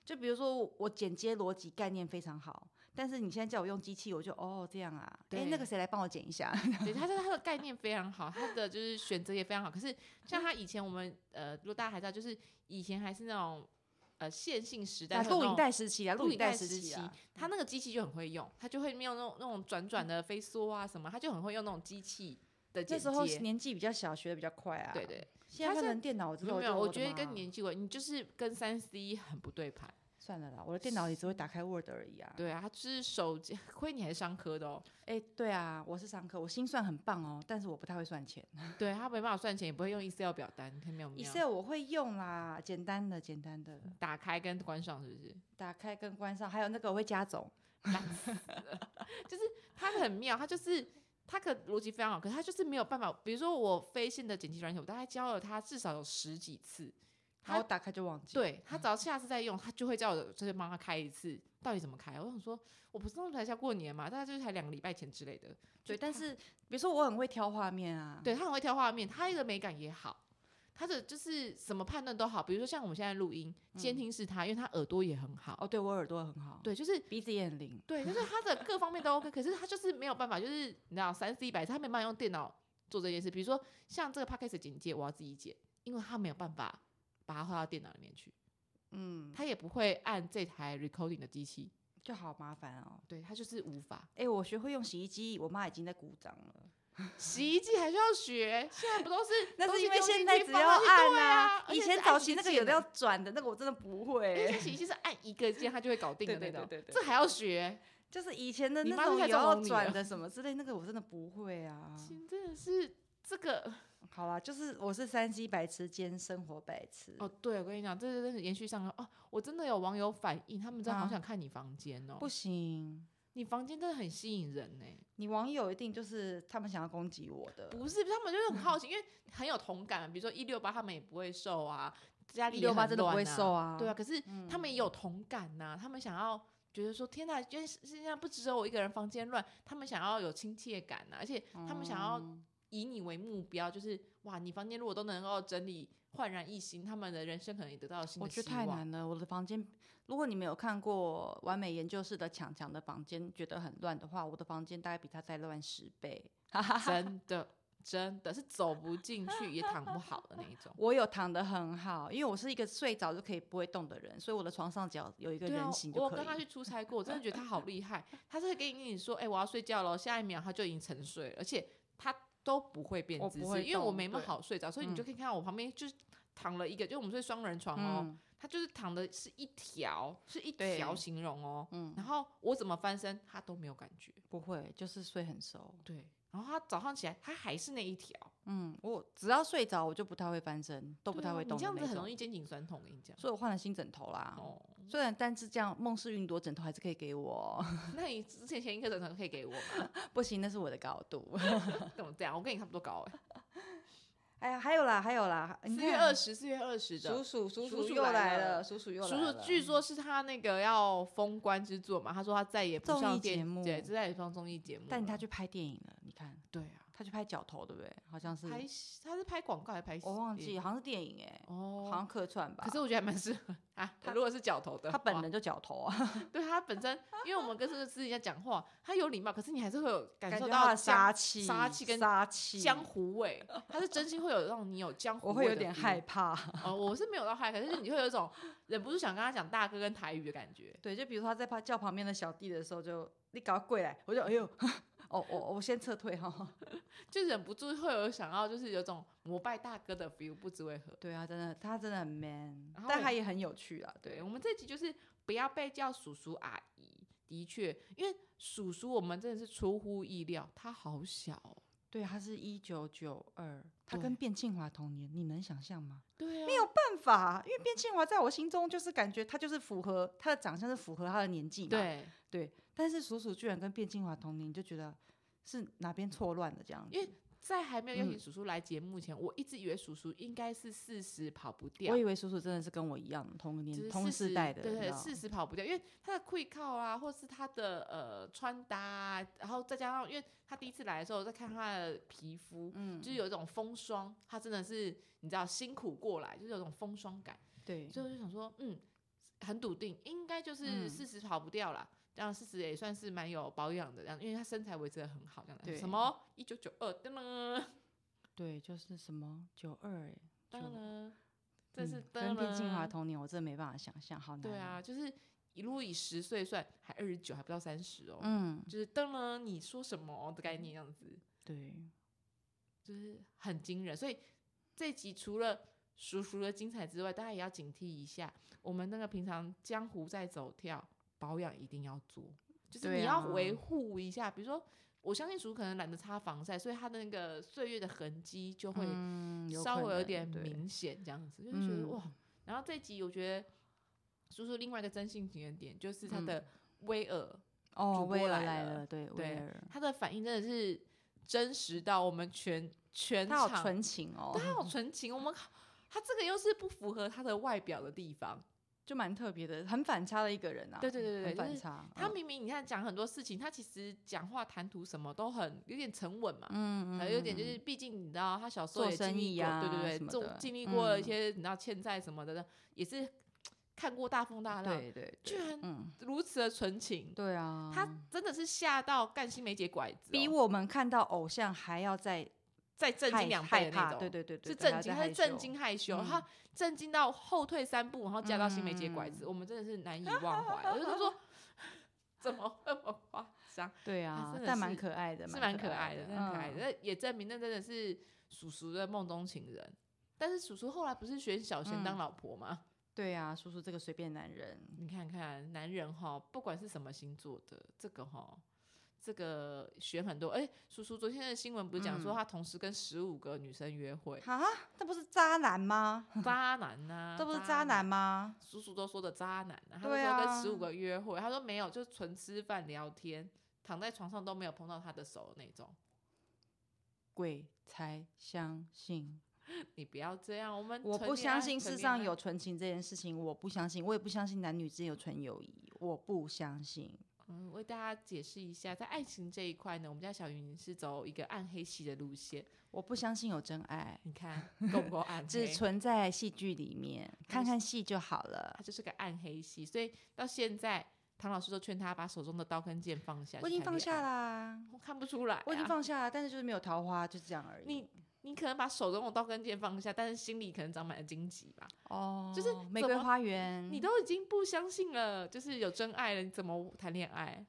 Speaker 1: 就比如说我我剪接逻辑概念非常好，但是你现在叫我用机器，我就哦这样啊，哎、
Speaker 2: 对
Speaker 1: 那个谁来帮我剪一下？
Speaker 2: 对，他的他的概念非常好，他的就是选择也非常好。可是像他以前我们呃，如果大家还知道，就是以前还是那种呃线性时代
Speaker 1: 啊，
Speaker 2: 会有
Speaker 1: 录
Speaker 2: 那
Speaker 1: 影
Speaker 2: 种
Speaker 1: 带时期啊，
Speaker 2: 哦录
Speaker 1: 影
Speaker 2: 影带
Speaker 1: 时
Speaker 2: 时
Speaker 1: 期
Speaker 2: 期
Speaker 1: 啊，，
Speaker 2: 他那个机器就很会用，他就会没有那种那种转转的飞梭啊什么，他就很会用那种机器的
Speaker 1: 那
Speaker 2: 剪
Speaker 1: 时候
Speaker 2: 接。
Speaker 1: 年纪比较小，学的比较快啊。
Speaker 2: 对，对，
Speaker 1: 现在
Speaker 2: 他
Speaker 1: 换
Speaker 2: 是
Speaker 1: 成电脑，我知
Speaker 2: 没
Speaker 1: 道，
Speaker 2: 有没有，
Speaker 1: 我
Speaker 2: 我
Speaker 1: 就
Speaker 2: 觉得
Speaker 1: 我的妈
Speaker 2: 跟年纪有关，你就是跟三 C 很不对盘。啊
Speaker 1: 算了啦，我的电脑也只会打开 Word 而已啊。
Speaker 2: 对啊，他就是手机，亏你还是商科 的哦。
Speaker 1: 哎、对啊，我是商科，我心算很棒哦，但是我不太会算钱。
Speaker 2: 对他没办法算钱，也不会用 Excel 表单，你看没有没有？
Speaker 1: Excel 我会用啦，简单的简单的，
Speaker 2: 打开跟关上是不是？
Speaker 1: 打开跟关上，还有那个我会加总，
Speaker 2: 它很妙，它就是它可逻辑非常好，可是它就是没有办法。比如说我飞信的剪辑软件，我大概教了它至少有十几次，
Speaker 1: 然
Speaker 2: 它
Speaker 1: 后打开就忘记。，
Speaker 2: 对它只要下次再用，它就会叫我就是帮它开一次，到底怎么开？我想说，我不是弄出来下过年嘛，大概就是才两个礼拜前之类的。
Speaker 1: 对，
Speaker 2: 就
Speaker 1: 但
Speaker 2: 它
Speaker 1: 是比如说我很会挑画面啊，，
Speaker 2: 对它很会挑画面，它的美感也好。它的就是什么判断都好，比如说像我们现在录音，监听是他，因为他耳朵也很好，
Speaker 1: 哦，对我耳朵很好，
Speaker 2: 对，就是
Speaker 1: 鼻子也很灵，
Speaker 2: 对，就是他的各方面都 OK，可是他就是没有办法，就是你知道三 C 一百，他没办法用电脑做这件事。比如说像这个 podcast 简介，我要自己剪，因为他没有办法把它画到电脑里面去，
Speaker 1: 嗯，
Speaker 2: 他也不会按这台 recording 的机器，
Speaker 1: 就好麻烦哦。
Speaker 2: 对他就是无法。
Speaker 1: 哎、我学会用洗衣机，我妈已经在鼓掌了。？
Speaker 2: 洗衣机还是要学，现在不都是
Speaker 1: 那
Speaker 2: 都
Speaker 1: 是因为
Speaker 2: 用
Speaker 1: 现
Speaker 2: 进
Speaker 1: 在
Speaker 2: 去
Speaker 1: 只
Speaker 2: 放
Speaker 1: 要
Speaker 2: 上去
Speaker 1: 按
Speaker 2: 对啊，而
Speaker 1: 以
Speaker 2: 且
Speaker 1: 前
Speaker 2: 是
Speaker 1: 早
Speaker 2: 按
Speaker 1: 期
Speaker 2: 一
Speaker 1: 那个
Speaker 2: 键
Speaker 1: 有的要
Speaker 2: 的，哎
Speaker 1: 转的那个我真的不
Speaker 2: 因为
Speaker 1: 会、
Speaker 2: 现在洗衣机是按一个键它就会搞定的
Speaker 1: 对
Speaker 2: 那种
Speaker 1: 对对对，对
Speaker 2: 这还要学，
Speaker 1: 就是以前的
Speaker 2: 你
Speaker 1: 那
Speaker 2: 妈
Speaker 1: 种
Speaker 2: 现在
Speaker 1: 有
Speaker 2: 纵
Speaker 1: 要
Speaker 2: 容你
Speaker 1: 转
Speaker 2: 了
Speaker 1: 的什么之类，那个我真的不会啊。
Speaker 2: 真的啊是这个。
Speaker 1: 好啦，就是我是三 C 白痴兼生活白痴。
Speaker 2: 哦，对，我跟你讲，这真是延续上个哦，我真的有网友反映，他们真的好
Speaker 1: 啊
Speaker 2: 想看你房间哦，
Speaker 1: 不行，
Speaker 2: 你房间真的很吸引人呢。
Speaker 1: 你网友一定就是他们想要攻击我的，
Speaker 2: 不是，他们就是很好奇，因为很有同感。啊比如说一六八，他们也不会瘦啊，家里
Speaker 1: 一
Speaker 2: 也
Speaker 1: 六八
Speaker 2: 很
Speaker 1: 真的不
Speaker 2: 乱
Speaker 1: 会
Speaker 2: 啊
Speaker 1: 瘦啊。
Speaker 2: 对啊，可是他们也有同感呐、他们想要觉得说天哪，就是世界上不只有我一个人房间乱，他们想要有亲切感呐、而且他们想要
Speaker 1: 哦
Speaker 2: 以你为目标，就是哇，你房间如果都能够整理焕然一新，他们的人生可能也得到了新
Speaker 1: 我
Speaker 2: 的
Speaker 1: 觉
Speaker 2: 希
Speaker 1: 得太
Speaker 2: 望。
Speaker 1: 难了。我的房间，如果你没有看过完美研究室的强强的房间，觉得很乱的话，我的房间大概比他再乱十倍。。
Speaker 2: 真的真的是走不进去也躺不好的那一种
Speaker 1: 我有躺得很好，因为我是一个睡着就可以不会动的人，所以我的床上只要有一个
Speaker 2: 对啊
Speaker 1: 人形，就
Speaker 2: 我
Speaker 1: 可
Speaker 2: 跟他
Speaker 1: 以。
Speaker 2: 去出差过，我真的觉得他好 厉害。他是跟你说，哎、我要睡觉了，下一秒他就已经沉睡了，而且他都不会变
Speaker 1: 我
Speaker 2: 姿
Speaker 1: 不
Speaker 2: 势，
Speaker 1: 会
Speaker 2: 因为我
Speaker 1: 动
Speaker 2: 没那么
Speaker 1: 对
Speaker 2: 好睡着，所以你就可以看到我旁边就是躺了一个，就我们睡双人床哦，
Speaker 1: 嗯
Speaker 2: 他就是躺的是一条，是一
Speaker 1: 对
Speaker 2: 条形容哦。
Speaker 1: 嗯，
Speaker 2: 然后我怎么翻身，他都没有感觉。
Speaker 1: 不会，就是睡很熟。
Speaker 2: 对，然后他早上起来，他还是那一条，
Speaker 1: 嗯，我只要睡着，我就不太会翻身，都不
Speaker 2: 对
Speaker 1: 太
Speaker 2: 啊
Speaker 1: 会动。
Speaker 2: 你这样子很容
Speaker 1: 易，
Speaker 2: 易肩颈酸痛，欸我跟 你讲。
Speaker 1: 所以我换了新枕头啦。
Speaker 2: 哦，
Speaker 1: 虽然，但是这样梦氏云朵枕头还是可以给我，哦
Speaker 2: 那你之前前一个枕头可以给我吗？
Speaker 1: 不行，那是我的高度。
Speaker 2: 怎么这样？我跟你差不多高哎、
Speaker 1: 哎呀，还有啦，还有啦，
Speaker 2: 四月二十，四月二十的。
Speaker 1: 鼠鼠鼠
Speaker 2: 鼠鼠
Speaker 1: 又
Speaker 2: 来
Speaker 1: 来
Speaker 2: 了
Speaker 1: 了，鼠鼠又来
Speaker 2: 叔叔
Speaker 1: 了。
Speaker 2: 据说是他那个要封官之作嘛，他说他再也不
Speaker 1: 综
Speaker 2: 上
Speaker 1: 艺
Speaker 2: 电
Speaker 1: 节目
Speaker 2: 对，就再也不上综艺节目了。
Speaker 1: 但他去拍电影了，你看
Speaker 2: 对啊，
Speaker 1: 他去拍脚头，对不对？好像是，
Speaker 2: 拍他是拍广告还是拍？
Speaker 1: 我忘记，好像是电影哎、
Speaker 2: 哦，
Speaker 1: 好像客串吧。
Speaker 2: 可是我觉得还蛮适合 啊。
Speaker 1: 他
Speaker 2: 如果是脚头的
Speaker 1: 他
Speaker 2: 话，
Speaker 1: 本人就脚头啊，
Speaker 2: 对他本身，因为我们跟这个私底下讲话，他有礼貌，可是你还是会有感受
Speaker 1: 觉
Speaker 2: 到
Speaker 1: 他的
Speaker 2: 江
Speaker 1: 杀气、
Speaker 2: 杀气跟
Speaker 1: 杀气，
Speaker 2: 江湖味，他是真心会有让你有江湖
Speaker 1: 我
Speaker 2: 味。
Speaker 1: 会有点害。怕。
Speaker 2: 哦，我是没有到害，可是你会有一种忍不住想跟他讲大哥跟台语的感觉。
Speaker 1: 对，就比如说他在怕叫旁边的小弟的时候就，你搞跪来，我就哎呦， 哦我我先撤退哈、
Speaker 2: 就忍不住会有想要，就是有种膜拜大哥的 feel，不知为何。
Speaker 1: 对啊，真的，他真的很 man，
Speaker 2: 然后
Speaker 1: 但
Speaker 2: 我
Speaker 1: 他也很有趣啊。
Speaker 2: 对
Speaker 1: 对，
Speaker 2: 我们这集就是不要被叫叔叔阿姨，的确，因为叔叔我们真的是出乎意料，他好小、哦。
Speaker 1: 对，他是一九九二，他
Speaker 2: 对
Speaker 1: 跟卞庆华同年，你能想象吗？
Speaker 2: 对啊，
Speaker 1: 没有办法，因为卞庆华在我心中就是感觉他就是符合他的长相是符合他的年纪嘛。
Speaker 2: 对，
Speaker 1: 对，但是鼠鼠居然跟卞庆华同年，你就觉得是哪边错乱了这样子。
Speaker 2: 因为在还没有邀请
Speaker 1: 嗯
Speaker 2: 叔叔来节目前，我一直以为叔叔应该是四十跑不掉
Speaker 1: 我。以为叔叔真的是跟我一样同个
Speaker 2: 就
Speaker 1: 年
Speaker 2: 是
Speaker 1: 同
Speaker 2: 40
Speaker 1: 世代的，
Speaker 2: 对
Speaker 1: 你知
Speaker 2: 对，
Speaker 1: 道
Speaker 2: 四十跑不掉，因为他的 quick call 啊，或是他的呃穿搭啊，然后再加上，因为他第一次来的时候，再看他的皮肤，
Speaker 1: 嗯，
Speaker 2: 就是有一种风霜，他真的是你知道辛苦过来，就是有一种风霜感，
Speaker 1: 对，
Speaker 2: 所以我就想说，嗯，很笃定，应该就是
Speaker 1: 嗯
Speaker 2: 四十跑不掉啦。这样四十也算是蛮有保养的，这样，因为他身材维持的很好，这样的。
Speaker 1: 对
Speaker 2: 什么一九九二，噔噔
Speaker 1: 对，就是什么九二哎，
Speaker 2: 噔
Speaker 1: 就
Speaker 2: 噔，这是
Speaker 1: 嗯
Speaker 2: 噔
Speaker 1: 跟卞庆华
Speaker 2: 噔。
Speaker 1: 同年，我真的没办法想象，好难。
Speaker 2: 对，啊，就是一路以十岁算，还二十九，还不到三十哦，
Speaker 1: 嗯，
Speaker 2: 就是噔噔，你说什么的概念，这样子。
Speaker 1: 对，
Speaker 2: 就是很惊人。所以这集除了叔叔的精彩之外，大家也要警惕一下，我们那个平常江湖在走跳，保养一定要做，就是
Speaker 1: 对
Speaker 2: 你要
Speaker 1: 啊
Speaker 2: 维护一下。比如说，我相信叔叔可能懒得擦防晒，所以他的那个岁月的痕迹就会
Speaker 1: 嗯
Speaker 2: 稍微有点，
Speaker 1: 可能对
Speaker 2: 明显，这样子就是觉得
Speaker 1: 嗯
Speaker 2: 哇。然后这集我觉得叔叔另外一个真性情的点就是他
Speaker 1: 嗯
Speaker 2: 的威尔。
Speaker 1: 哦，
Speaker 2: 主播
Speaker 1: 威尔
Speaker 2: 来
Speaker 1: 来
Speaker 2: 了
Speaker 1: 了，对，
Speaker 2: 对
Speaker 1: 威尔，
Speaker 2: 他的反应真的是真实到我们全全
Speaker 1: 他好
Speaker 2: 场
Speaker 1: 纯情哦
Speaker 2: 对，啊他好纯情。我们他这个又是不符合他的外表的地方。
Speaker 1: 就蛮特别的，很反差的一个人啊。
Speaker 2: 对对对
Speaker 1: 很
Speaker 2: 对对就
Speaker 1: 反
Speaker 2: 是
Speaker 1: 差。
Speaker 2: 他
Speaker 1: 嗯
Speaker 2: 明明你看讲很多事情，他其实讲话谈吐什么都很有点沉稳嘛，
Speaker 1: 嗯，
Speaker 2: 还
Speaker 1: 嗯
Speaker 2: 有点就
Speaker 1: 嗯
Speaker 2: 是毕竟你知道他小时候
Speaker 1: 做
Speaker 2: 也经
Speaker 1: 生
Speaker 2: 历
Speaker 1: 意
Speaker 2: 过，
Speaker 1: 呀
Speaker 2: 对对
Speaker 1: 什
Speaker 2: 对，
Speaker 1: 么
Speaker 2: 这
Speaker 1: 的
Speaker 2: 经历过一
Speaker 1: 嗯
Speaker 2: 些你知道欠债什么的，也是看过大风大浪，
Speaker 1: 对对，
Speaker 2: 居
Speaker 1: 对
Speaker 2: 然
Speaker 1: 嗯，
Speaker 2: 如此的纯情。
Speaker 1: 对啊，
Speaker 2: 他真的是吓到干新梅姐拐子哦、
Speaker 1: 比我们看到偶像还要再
Speaker 2: 再震
Speaker 1: 害
Speaker 2: 惊两
Speaker 1: 害
Speaker 2: 倍的那
Speaker 1: 怕，
Speaker 2: 种，
Speaker 1: 对对对对，
Speaker 2: 是
Speaker 1: 对
Speaker 2: 震惊，他是震，惊害羞，
Speaker 1: 嗯
Speaker 2: 他震惊到后退三步，然后架到新梅姐拐子，
Speaker 1: 嗯
Speaker 2: 我们真的是难以忘怀。我就是说， 怎么会那么夸张？
Speaker 1: 还对啊
Speaker 2: 真，的
Speaker 1: 但
Speaker 2: 是
Speaker 1: 蛮可爱的，
Speaker 2: 是蛮可
Speaker 1: 可
Speaker 2: 爱的，真的很可爱的。
Speaker 1: 嗯
Speaker 2: 那也证明那真的是叔叔的梦中情人。但是叔叔后来不是选小贤
Speaker 1: 嗯
Speaker 2: 当老婆吗？
Speaker 1: 对啊，叔叔这个随便男人，
Speaker 2: 你看看男人哈，不管是什么星座的，这个哈，这个选很多。哎、叔叔昨天的新闻不是讲说
Speaker 1: 嗯，
Speaker 2: 他同时跟十五个女生约会
Speaker 1: 哈，这不是渣男吗？
Speaker 2: 嗯渣男呐、
Speaker 1: 这不是渣男吗？
Speaker 2: 叔叔都说的渣男啊，他就
Speaker 1: 对
Speaker 2: 说跟
Speaker 1: 啊
Speaker 2: 十五个约会，他说没有，就是纯吃饭聊天，躺在床上都没有碰到他的手那种。
Speaker 1: 鬼才相信！
Speaker 2: 你不要这样，我们
Speaker 1: 我
Speaker 2: 纯
Speaker 1: 不
Speaker 2: 恋
Speaker 1: 相
Speaker 2: 爱
Speaker 1: 信
Speaker 2: 纯
Speaker 1: 世
Speaker 2: 恋
Speaker 1: 上
Speaker 2: 爱
Speaker 1: 有纯情这件事情，我不相信，我也不相信男女之间有纯友谊，我不相信。
Speaker 2: 嗯，为大家解释一下，在爱情这一块呢，我们家小云是走一个暗黑系的路线。
Speaker 1: 我不相信有真爱，
Speaker 2: 你看够不够 暗
Speaker 1: 只
Speaker 2: 黑？
Speaker 1: 存在戏剧里面，看看戏就好了
Speaker 2: 他。就是个暗黑系，所以到现在，唐老师都劝他把手中的刀跟剑放下。
Speaker 1: 我已经放下
Speaker 2: 了，
Speaker 1: 啦，
Speaker 2: 我看不出来啊、
Speaker 1: 我已经放下了，但是就是没有桃花，就是这样而已。
Speaker 2: 你，你可能把手中的刀跟剑放下，但是心里可能长满了荆棘吧。
Speaker 1: 哦，
Speaker 2: 就是
Speaker 1: 玫
Speaker 2: 怎
Speaker 1: 瑰
Speaker 2: 么
Speaker 1: 花园，
Speaker 2: 你都已经不相信了，就是有真爱了，你怎么谈恋爱？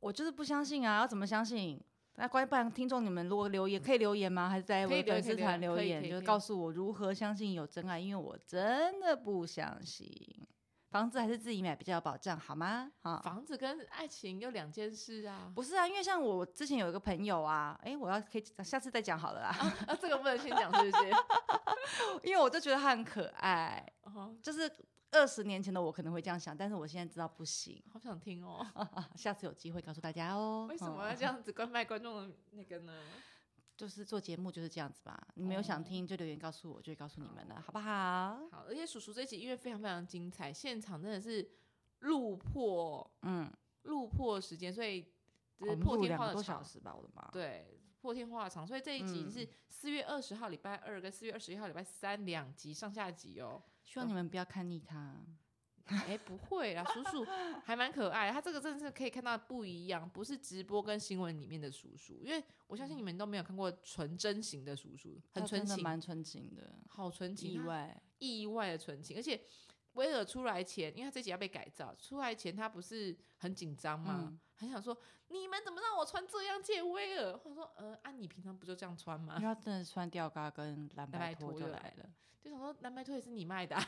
Speaker 1: 我就是不相信啊，要怎么相信？那关于不然，听众你们如果留言可以留言吗？还是在我
Speaker 2: 可以
Speaker 1: 的
Speaker 2: 留
Speaker 1: 粉丝
Speaker 2: 可以
Speaker 1: 团
Speaker 2: 留
Speaker 1: 留
Speaker 2: 可以
Speaker 1: 言，
Speaker 2: 可以
Speaker 1: 就
Speaker 2: 可
Speaker 1: 是
Speaker 2: 以
Speaker 1: 告诉我如何相信有真爱？因为我真的不相信，房子还是自己买比较有保障，好吗？啊，
Speaker 2: 房子跟爱情又两件事啊！
Speaker 1: 不是啊，因为像我之前有一个朋友啊，诶，我要可以下次再讲好了啦，
Speaker 2: 啊，这个不能先讲，是不是？
Speaker 1: 因为我就觉得他很可爱，
Speaker 2: 哦，
Speaker 1: 就是二十年前的我可能会这样想，但是我现在知道不行，
Speaker 2: 好想听哦。
Speaker 1: 下次有机会告诉大家哦。
Speaker 2: 为什
Speaker 1: 嗯
Speaker 2: 么要这样子关卖观众的那个呢？
Speaker 1: 就是做节目就是这样子吧，你们有想
Speaker 2: 哦
Speaker 1: 听就留言告诉我，就会告诉你们了，好不好？
Speaker 2: 好，而且叔叔这集因为非常非常精彩，现场真的是路破
Speaker 1: 嗯，
Speaker 2: 路破时间，所以就
Speaker 1: 我
Speaker 2: 是
Speaker 1: 们
Speaker 2: 破
Speaker 1: 哦录
Speaker 2: 天
Speaker 1: 两
Speaker 2: 荒
Speaker 1: 个
Speaker 2: 的
Speaker 1: 多小
Speaker 2: 长
Speaker 1: 时吧，我的妈！
Speaker 2: 对，破天荒的长，所以这一集
Speaker 1: 嗯
Speaker 2: 是四月二十号礼拜二跟四月二十一号礼拜三两集上下集哦。
Speaker 1: 希望你们不要看腻他。
Speaker 2: 哎，不会啦，叔叔还蛮可爱的，他这个真的是可以看到不一样，不是直播跟新闻里面的叔叔，因为我相信你们都没有看过纯真型的叔叔，很
Speaker 1: 他
Speaker 2: 纯
Speaker 1: 真的
Speaker 2: 情，
Speaker 1: 蛮纯情的，
Speaker 2: 好纯情，
Speaker 1: 意
Speaker 2: 他
Speaker 1: 外。
Speaker 2: 意外的纯情，而且威尔出来前，因为他这集要被改造，出来前他不是很紧张吗？
Speaker 1: 嗯
Speaker 2: 很想说你们怎么让我穿这样见威尔？我说呃，啊你平常不就这样穿吗
Speaker 1: 因为？他真的穿吊嘎跟蓝
Speaker 2: 蓝白
Speaker 1: 白
Speaker 2: 拖
Speaker 1: 拖
Speaker 2: 就
Speaker 1: 就
Speaker 2: 来
Speaker 1: 来
Speaker 2: 了
Speaker 1: 了，，
Speaker 2: 就想说蓝白拖也是你卖的、啊，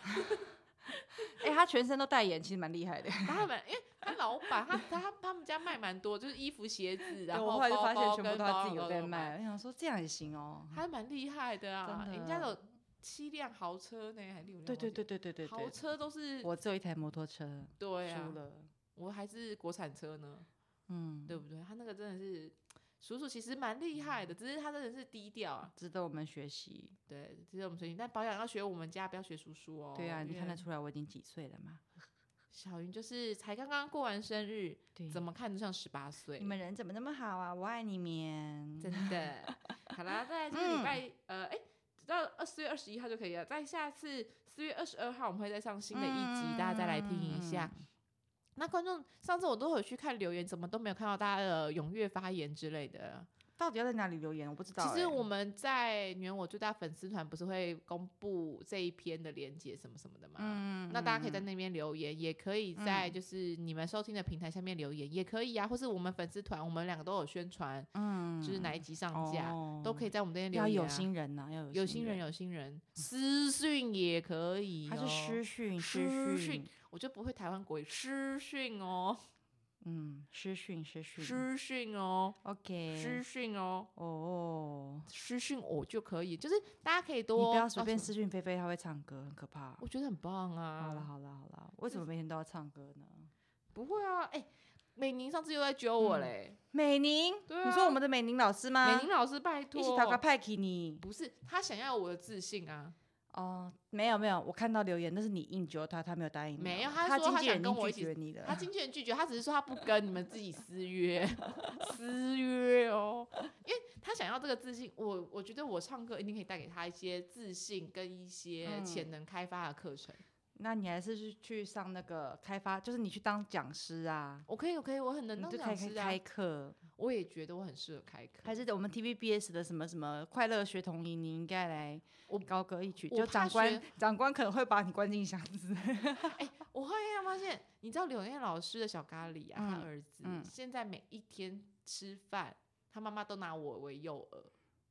Speaker 1: 哎，他全身都代言，其实蛮厉害的。
Speaker 2: 然后他们因为他老板他他他们家卖蛮多，就是衣服鞋子，
Speaker 1: 对
Speaker 2: 然后
Speaker 1: 我后来就
Speaker 2: 包
Speaker 1: 发
Speaker 2: 包
Speaker 1: 现全部
Speaker 2: 跟
Speaker 1: 都他
Speaker 2: 包
Speaker 1: 自己有
Speaker 2: 包
Speaker 1: 在
Speaker 2: 都
Speaker 1: 卖，，我想说这样也行哦。
Speaker 2: 还蛮厉害的啊，
Speaker 1: 真的
Speaker 2: 人家有七辆豪车呢，还六辆，
Speaker 1: 对对
Speaker 2: 忘
Speaker 1: 对
Speaker 2: 记
Speaker 1: 对对对
Speaker 2: 了豪
Speaker 1: 对，
Speaker 2: 车都是
Speaker 1: 我只有一台摩托车，
Speaker 2: 对
Speaker 1: 输
Speaker 2: 啊，
Speaker 1: 了。
Speaker 2: 我还是国产车呢。
Speaker 1: 嗯，
Speaker 2: 对不对？他那个真的是叔叔，其实蛮厉害
Speaker 1: 嗯
Speaker 2: 的，只是他真的是低调啊。
Speaker 1: 值得我们学习。
Speaker 2: 对，这是我们最近，但保养要学我们家，不要学叔叔哦。
Speaker 1: 对啊，你看得
Speaker 2: 那
Speaker 1: 出来我已经几岁了吗？
Speaker 2: 小云就是才刚刚过完生日，
Speaker 1: 对，
Speaker 2: 怎么看都像十八岁
Speaker 1: 你，们人怎么那么好啊？我爱你们。
Speaker 2: 真的。好啦，再来就是礼
Speaker 1: 嗯
Speaker 2: 拜、呃，哎，到二四月二十一号就可以了。在下次四月二十二号，我们会再上新的一集，大家再来听一下。
Speaker 1: 嗯。
Speaker 2: 那观众上次我都有去看留言，怎么都没有看到大家的踊跃发言之类的。
Speaker 1: 到底要在哪里留言？我不知道欸、
Speaker 2: 其实我们在女人我最大粉丝团不是会公布这一篇的链接什么什么的嘛？
Speaker 1: 嗯，
Speaker 2: 那大家可以在
Speaker 1: 嗯
Speaker 2: 那边留言，也可以在
Speaker 1: 嗯
Speaker 2: 就是你们收听的平台下面留言，也可以啊，或是我们粉丝团，我们两个都有宣传，
Speaker 1: 嗯，
Speaker 2: 就是哪一集上架，都可
Speaker 1: 以
Speaker 2: 以在我们这边留
Speaker 1: 要
Speaker 2: 言、
Speaker 1: 有
Speaker 2: 啊。
Speaker 1: 心人呐、要
Speaker 2: 有
Speaker 1: 有
Speaker 2: 心
Speaker 1: 心
Speaker 2: 人，有心人，私讯也可以、哦。
Speaker 1: 他是私讯，
Speaker 2: 私
Speaker 1: 私
Speaker 2: 讯，我就不会台湾国语，私讯哦，
Speaker 1: 嗯，私讯，私讯，
Speaker 2: 私讯哦，私
Speaker 1: ，OK，
Speaker 2: 讯哦，
Speaker 1: 哦，
Speaker 2: 私讯我就可以，就是大家可以
Speaker 1: 你
Speaker 2: 多哦
Speaker 1: 不要随
Speaker 2: 告
Speaker 1: 便
Speaker 2: 诉
Speaker 1: 私讯菲菲，她会唱歌，很可怕。
Speaker 2: 我觉得很棒啊！
Speaker 1: 好了，好了，好了，为什么每天都要唱歌呢？
Speaker 2: 不会啊，哎、美宁上次又在揪
Speaker 1: 嗯
Speaker 2: 我嘞、
Speaker 1: 美宁，
Speaker 2: 对啊，
Speaker 1: 你说我们的美宁老师吗？
Speaker 2: 美宁老师拜托，
Speaker 1: 一起打个派给你。
Speaker 2: 不是他想要我的自信啊，
Speaker 1: 哦，没有没有，我看到留言，但是你硬揪他，他没有答应你哦。
Speaker 2: 没有他
Speaker 1: 他
Speaker 2: 说
Speaker 1: 经
Speaker 2: 他
Speaker 1: 纪
Speaker 2: 想
Speaker 1: 人已
Speaker 2: 跟
Speaker 1: 经
Speaker 2: 我一
Speaker 1: 拒
Speaker 2: 起
Speaker 1: 绝你了。
Speaker 2: 他经纪人拒绝，他只是说他不跟你们自己私约， 私约哦，因为他想要这个自信，我我觉得我唱歌一定可以带给他一些自信跟一些
Speaker 1: 嗯
Speaker 2: 潜能开发的课程，
Speaker 1: 那你还是去去上那个开发，就是你去当讲师啊，
Speaker 2: 我可以，我可以，我很能
Speaker 1: 你
Speaker 2: 当
Speaker 1: 就开开
Speaker 2: 讲师啊
Speaker 1: 开，课，
Speaker 2: 我也觉得我很适合开课，
Speaker 1: 还是我们 TVBS 的什么什么快乐学童营，你应该来
Speaker 2: 我
Speaker 1: 高歌一曲。
Speaker 2: 我
Speaker 1: 就
Speaker 2: 怕
Speaker 1: 长官长官可能会把你关进箱子。
Speaker 2: 我后来发现，你知道柳燕老师的小咖喱啊，他
Speaker 1: 嗯
Speaker 2: 儿子、
Speaker 1: 嗯
Speaker 2: 现在每一天吃饭，他妈妈都拿我为诱饵，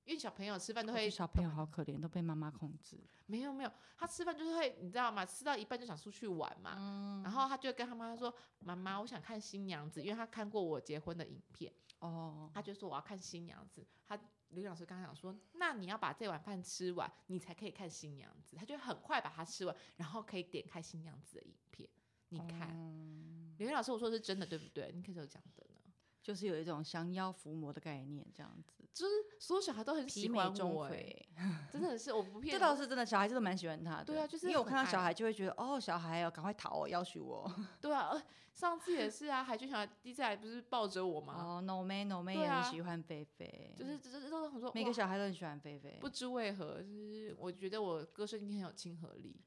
Speaker 2: 因为小朋友吃饭 都
Speaker 1: 我觉
Speaker 2: 会
Speaker 1: 得小朋友好可怜，都被妈妈控制。
Speaker 2: 没有没有，他吃饭就是会，你知道吗？吃到一半就想出去玩
Speaker 1: 嗯
Speaker 2: 嘛，嗯然后他就会跟他妈妈说：“妈妈，我想看新娘子，因为他看过我结婚的影片，
Speaker 1: 哦，
Speaker 2: 他就说我要看新娘子。”他刘老师刚刚讲说：“那你要把这碗饭吃完，你才可以看新娘子。”他就很快把它吃完，然后可以点开新娘子的影片，你看。
Speaker 1: 嗯
Speaker 2: 刘云老师，我说的是真的，对不对？你可是有讲的呢。
Speaker 1: 就是有一种降妖伏魔的概念，这样子。
Speaker 2: 就是所有小孩都很喜
Speaker 1: 皮美
Speaker 2: 欢
Speaker 1: 钟
Speaker 2: 我、欸，
Speaker 1: 馗，
Speaker 2: 真的是我不
Speaker 1: 这
Speaker 2: 骗你。
Speaker 1: 倒是真的，小孩子都蛮喜欢他的。
Speaker 2: 对啊就是
Speaker 1: 因为我
Speaker 2: 很
Speaker 1: 看到小
Speaker 2: 爱
Speaker 1: 孩就会觉得，哦，小孩哦，赶快逃哦，要娶我。
Speaker 2: 对啊，呃上次也是啊，海军小孩第一次来不是抱着我吗？
Speaker 1: 哦，no man no man
Speaker 2: 对
Speaker 1: 也
Speaker 2: 啊
Speaker 1: 很喜欢菲菲，
Speaker 2: 就是就是都很说
Speaker 1: 每个
Speaker 2: 哇
Speaker 1: 小孩都很喜欢菲菲
Speaker 2: 不。知为何，就是我觉得我歌声一定很有亲和力。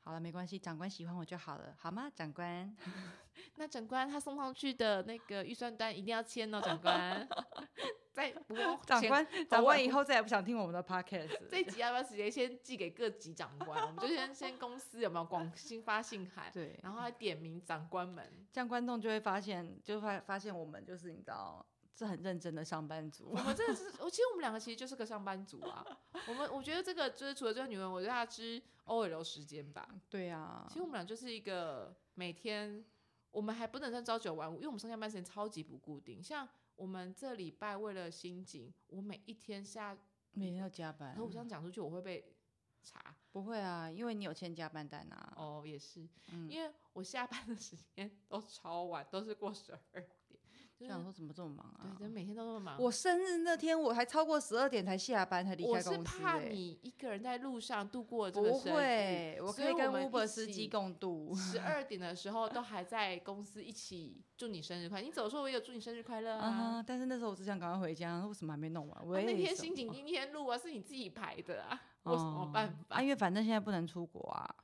Speaker 1: 好了，没关系，长官喜欢我就好了，好吗？长 官，
Speaker 2: 那长官他送上去的那个预算单一定要签哦，长官。 再不过
Speaker 1: 长
Speaker 2: 前
Speaker 1: 官，长官
Speaker 2: 我
Speaker 1: 以后再也不想听我们的 podcast
Speaker 2: 这一集要不要直接先寄给各级长官？我们就先先公司有没有广新发信函，
Speaker 1: 对，
Speaker 2: 然后还点名长 官们。
Speaker 1: 这样观众就会发现，就发发现我们就是你知道，是很认真的上班族
Speaker 2: 我。们真的是，我其实我们两个其实就是个上班族啊。我们我觉得这个就是除了这个女人，我对她之 OL 时间吧。
Speaker 1: 对啊
Speaker 2: 其，实我们俩就是一个每天，我们还不能算朝九晚五，因为我们上下班时间超级不固定。像我们这礼拜为了新景，我每一天
Speaker 1: 嗯
Speaker 2: 下，
Speaker 1: 每天要加班
Speaker 2: 然后，我这样讲出去，我会被查。
Speaker 1: 不会啊，因为你有签加班单啊。
Speaker 2: 哦，也是，
Speaker 1: 嗯
Speaker 2: 因为我下班的时间都超晚，都是过十二点，就
Speaker 1: 就是想说怎么这么忙
Speaker 2: 对，
Speaker 1: 啊
Speaker 2: 真？的每天都那么忙。
Speaker 1: 我生日那天我还超过十二点才下班，才离
Speaker 2: 我
Speaker 1: 开
Speaker 2: 是
Speaker 1: 公司、
Speaker 2: 怕
Speaker 1: 欸。
Speaker 2: 你一个人在路上度过这个
Speaker 1: 不
Speaker 2: 生 日，
Speaker 1: 会，我
Speaker 2: 所
Speaker 1: 可以
Speaker 2: 以
Speaker 1: 跟
Speaker 2: 我们
Speaker 1: Uber
Speaker 2: 一
Speaker 1: 司机
Speaker 2: 起
Speaker 1: 共度。
Speaker 2: 十二点的时候都还在公司一起祝你生日快乐。你走的时候我也有祝你生日快乐啊。
Speaker 1: 啊！但是那时候我只想赶快回家，为什么还没弄完？我
Speaker 2: 啊、那天
Speaker 1: 心
Speaker 2: 新景
Speaker 1: 情
Speaker 2: 今天录啊，是你自己排的啊， 我有什么办
Speaker 1: 啊？
Speaker 2: 法？
Speaker 1: 因为反正现在不能出国啊。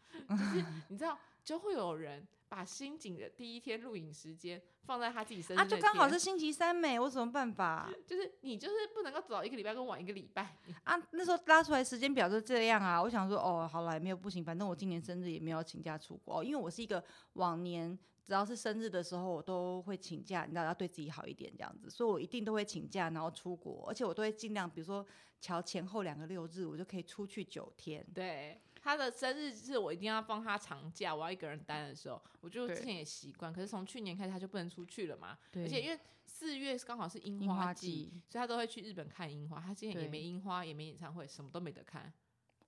Speaker 2: 你知道，就会有人把新景的第一天录影时间放在他自己身
Speaker 1: 啊，
Speaker 2: 上，
Speaker 1: 就刚好是，星期三没，我有什么办法
Speaker 2: 就是你就是不能够早一个礼拜跟晚一个礼拜，
Speaker 1: 啊？那时候拉出来时间表就这样啊。我想说，哦，好了，也没有不行，反正我今年生日也没有请假出国、哦因为我是一个往年只要是生日的时候，我都会请假，你知道要对自己好一点这样子，所以我一定都会请假，然后出国，而且我都会尽量，比如说调前后两个六日，我就可以出去九天。
Speaker 2: 对。他的生日是我一定要放他长假，我要一个人待的时候，我就
Speaker 1: 对
Speaker 2: 之前也习惯。可是从去年开始他就不能出去了嘛，
Speaker 1: 对
Speaker 2: 而且因为四月刚好是樱
Speaker 1: 樱花
Speaker 2: 花季，
Speaker 1: 季，
Speaker 2: 所以他都会去日本看樱花。他今年也
Speaker 1: 对
Speaker 2: 没樱花，也没演唱会，什么都没得看。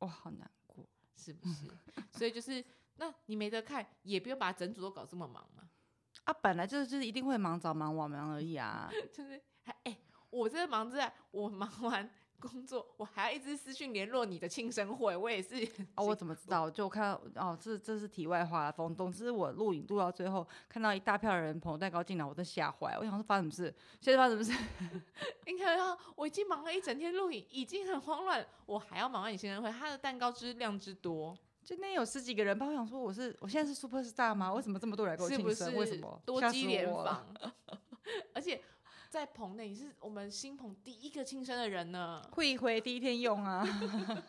Speaker 1: 哇，好难过。
Speaker 2: 是不是？ 所以就是，那你没得看，也不用把整组都搞这么忙嘛。
Speaker 1: 啊，本来就是就是一定会忙早忙晚忙而已 啊。。
Speaker 2: 就是，还哎、我真的忙着，我忙完工作，我还要一直私讯联络你的庆生会，我也是
Speaker 1: 哦，我怎么知道？就我看到哦，这这是题外话了。总总之，我录影录到最后，看到一大票人捧蛋糕进来，我都吓坏。我想说发生什么事？现在发生什么事？
Speaker 2: 你看啊，我已经忙了一整天录影，已经很慌乱，我还要忙完你庆生会，他的蛋糕之量之多，
Speaker 1: 就那天有十几个人吧。我想说，我是我现在是 super star 吗？为什么这么多人来给我
Speaker 2: 是
Speaker 1: 庆
Speaker 2: 不
Speaker 1: 生？
Speaker 2: 是？
Speaker 1: 为什么？
Speaker 2: 多
Speaker 1: 吓
Speaker 2: 机
Speaker 1: 死
Speaker 2: 联
Speaker 1: 我了。
Speaker 2: 防， 而且在棚内你是我们新棚第一个庆生的人呢，
Speaker 1: 会回第一天用啊，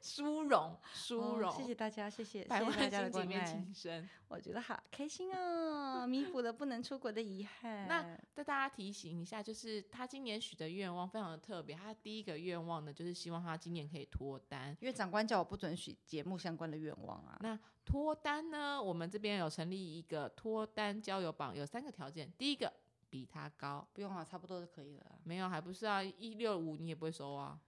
Speaker 2: 殊荣，殊
Speaker 1: 哦
Speaker 2: 荣，
Speaker 1: 谢谢大家，谢 谢，谢
Speaker 2: 百
Speaker 1: 谢大
Speaker 2: 万
Speaker 1: 家的
Speaker 2: 新景
Speaker 1: 关
Speaker 2: 面
Speaker 1: 爱，
Speaker 2: 庆生。
Speaker 1: 我觉得好开心哦，弥补了不能出国的遗憾。
Speaker 2: 那对大家提醒一下，就是他今年许的愿望非常的特别。他第一个愿望呢，就是希望他今年可以脱单。
Speaker 1: 因为长官叫我不准许节目相关的愿望啊，
Speaker 2: 那脱单呢，我们这边有成立一个脱单交友榜，有三个条件。第一个，比他高，
Speaker 1: 不用了，差不多就可以了啊。
Speaker 2: 没有还不是啊，一六五你也不会收啊，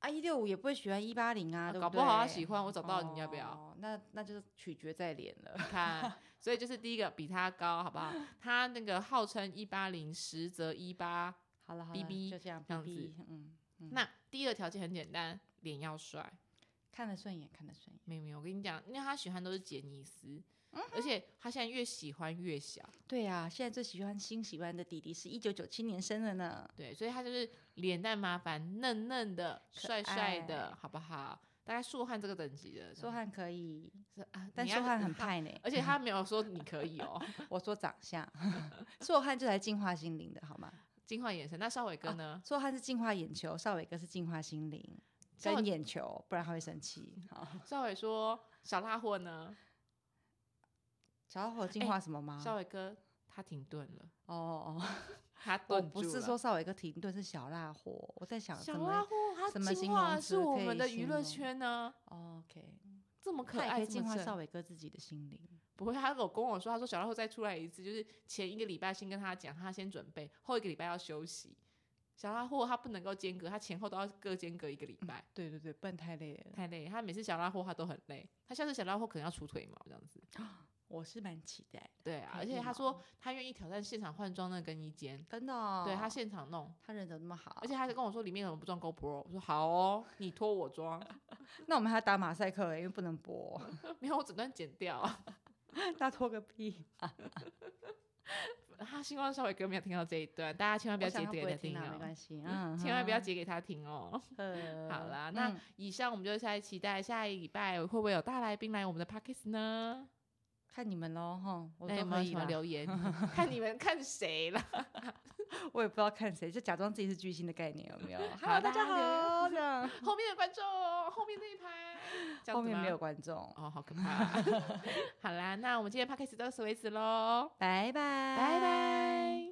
Speaker 1: 啊，一六五也不会喜欢一八零啊，对
Speaker 2: 搞
Speaker 1: 不
Speaker 2: 不好他
Speaker 1: 对
Speaker 2: 喜欢，我找到你要不要？
Speaker 1: 哦、那那就是取决在脸了。
Speaker 2: 看，所以就是第一个比他高，好不好？他那个号称一八零，实则一八。
Speaker 1: 好了好了，
Speaker 2: 哔哔
Speaker 1: 就这样，
Speaker 2: 这样
Speaker 1: 哔哔嗯，嗯
Speaker 2: 那第二个条件很简单，脸要帅。
Speaker 1: 看得顺眼，看得顺眼。
Speaker 2: 没有没有，我跟你讲，因为他喜欢都是杰尼斯，
Speaker 1: 嗯
Speaker 2: 而且他现在越喜欢越小，
Speaker 1: 对啊，现在最喜欢新喜欢的弟弟是一九九七年生的呢。
Speaker 2: 对，所以他就是脸蛋麻烦、嫩嫩的、
Speaker 1: 可
Speaker 2: 帅帅
Speaker 1: 爱
Speaker 2: 的，好不好？大概硕汉这个等级的，
Speaker 1: 说汉可以，
Speaker 2: 是啊，
Speaker 1: 但
Speaker 2: 你
Speaker 1: 说
Speaker 2: 要
Speaker 1: 汉很，派 呢。
Speaker 2: 而且他没有说你可以哦，
Speaker 1: 我说长相， 说汉就是来净化心灵的好吗？
Speaker 2: 进化眼神。那少伟哥呢？
Speaker 1: 说汉是净化眼球，少伟哥是净化心灵
Speaker 2: 少
Speaker 1: 跟
Speaker 2: 伟
Speaker 1: 眼球，不然他会生气。好，
Speaker 2: 少伟说小辣货呢？
Speaker 1: 小伙净
Speaker 2: 哎
Speaker 1: 化什么吗？
Speaker 2: 少伟哥他停顿了，
Speaker 1: 哦哦，
Speaker 2: 他
Speaker 1: 我
Speaker 2: 顿
Speaker 1: 不
Speaker 2: 住
Speaker 1: 是
Speaker 2: 了
Speaker 1: 说少伟哥停顿，是小辣火。我在想
Speaker 2: 小
Speaker 1: 怎么
Speaker 2: 辣货，
Speaker 1: 什
Speaker 2: 他
Speaker 1: 么
Speaker 2: 进
Speaker 1: 形
Speaker 2: 化
Speaker 1: 容
Speaker 2: 的是
Speaker 1: 词
Speaker 2: 我
Speaker 1: 可
Speaker 2: 们
Speaker 1: 以
Speaker 2: 的
Speaker 1: 形
Speaker 2: 娱乐
Speaker 1: 容
Speaker 2: 圈呢，
Speaker 1: 哦 OK，
Speaker 2: 这么可
Speaker 1: 他也可
Speaker 2: 爱，
Speaker 1: 以
Speaker 2: 这
Speaker 1: 净
Speaker 2: 么
Speaker 1: 化
Speaker 2: 正
Speaker 1: 少伟哥自己的心灵。
Speaker 2: 不会，他有跟我说，他说小老虎再出来一次，就是前一个礼拜先跟他讲，他先准备，后一个礼拜要休息。小拉货他不能够间隔，他前后都要各间隔一个礼拜，
Speaker 1: 对对对，不然太累了。嗯
Speaker 2: 太累。他每次小拉货他都很累，他下次小拉货可能要除腿毛这样子，
Speaker 1: 我是蛮期待的，
Speaker 2: 对啊，
Speaker 1: 配
Speaker 2: 而且
Speaker 1: 音
Speaker 2: 他
Speaker 1: 哦
Speaker 2: 说他愿意挑战现场换装那个更衣间，
Speaker 1: 真的、哦。
Speaker 2: 对他现场弄，
Speaker 1: 他人怎么那么好？
Speaker 2: 而且他还跟我说里面怎么不装 GoPro，我说好哦，你脱我装，
Speaker 1: 那我们还要打马赛克、欸，因为不能播，
Speaker 2: 没有我整段剪掉。
Speaker 1: 大拖个屁！
Speaker 2: 他希望稍微哥没有听到这一段，大家千万不要
Speaker 1: 我想
Speaker 2: 截
Speaker 1: 他
Speaker 2: 给
Speaker 1: 会
Speaker 2: 他
Speaker 1: 听
Speaker 2: 听
Speaker 1: 啊，没
Speaker 2: 哦，
Speaker 1: 关 系，嗯，
Speaker 2: 千万不要
Speaker 1: 哼。
Speaker 2: 截给他听哦。
Speaker 1: 呃
Speaker 2: 好啦，那
Speaker 1: 嗯
Speaker 2: 以上我们就下一期待下一礼拜会不会有大来宾来我们的 Pockets 呢？
Speaker 1: 看你们喽，哈，我
Speaker 2: 那有
Speaker 1: 都可
Speaker 2: 哎没有
Speaker 1: 以
Speaker 2: 什么
Speaker 1: 啦
Speaker 2: 留言？看你们看谁啦。
Speaker 1: 我也不知道看谁，就假装自己是巨星的概念有没有
Speaker 2: 好
Speaker 1: ？Hello，大家
Speaker 2: 大家
Speaker 1: 好，这样
Speaker 2: 后面的观众哦，后面那一排，这样
Speaker 1: 后
Speaker 2: 子
Speaker 1: 面
Speaker 2: 吗
Speaker 1: 没有观众，
Speaker 2: 哦，好可怕、 啊。好啦，那我们今天 Pockets 到此为止喽，
Speaker 1: 拜拜，
Speaker 2: 拜。拜。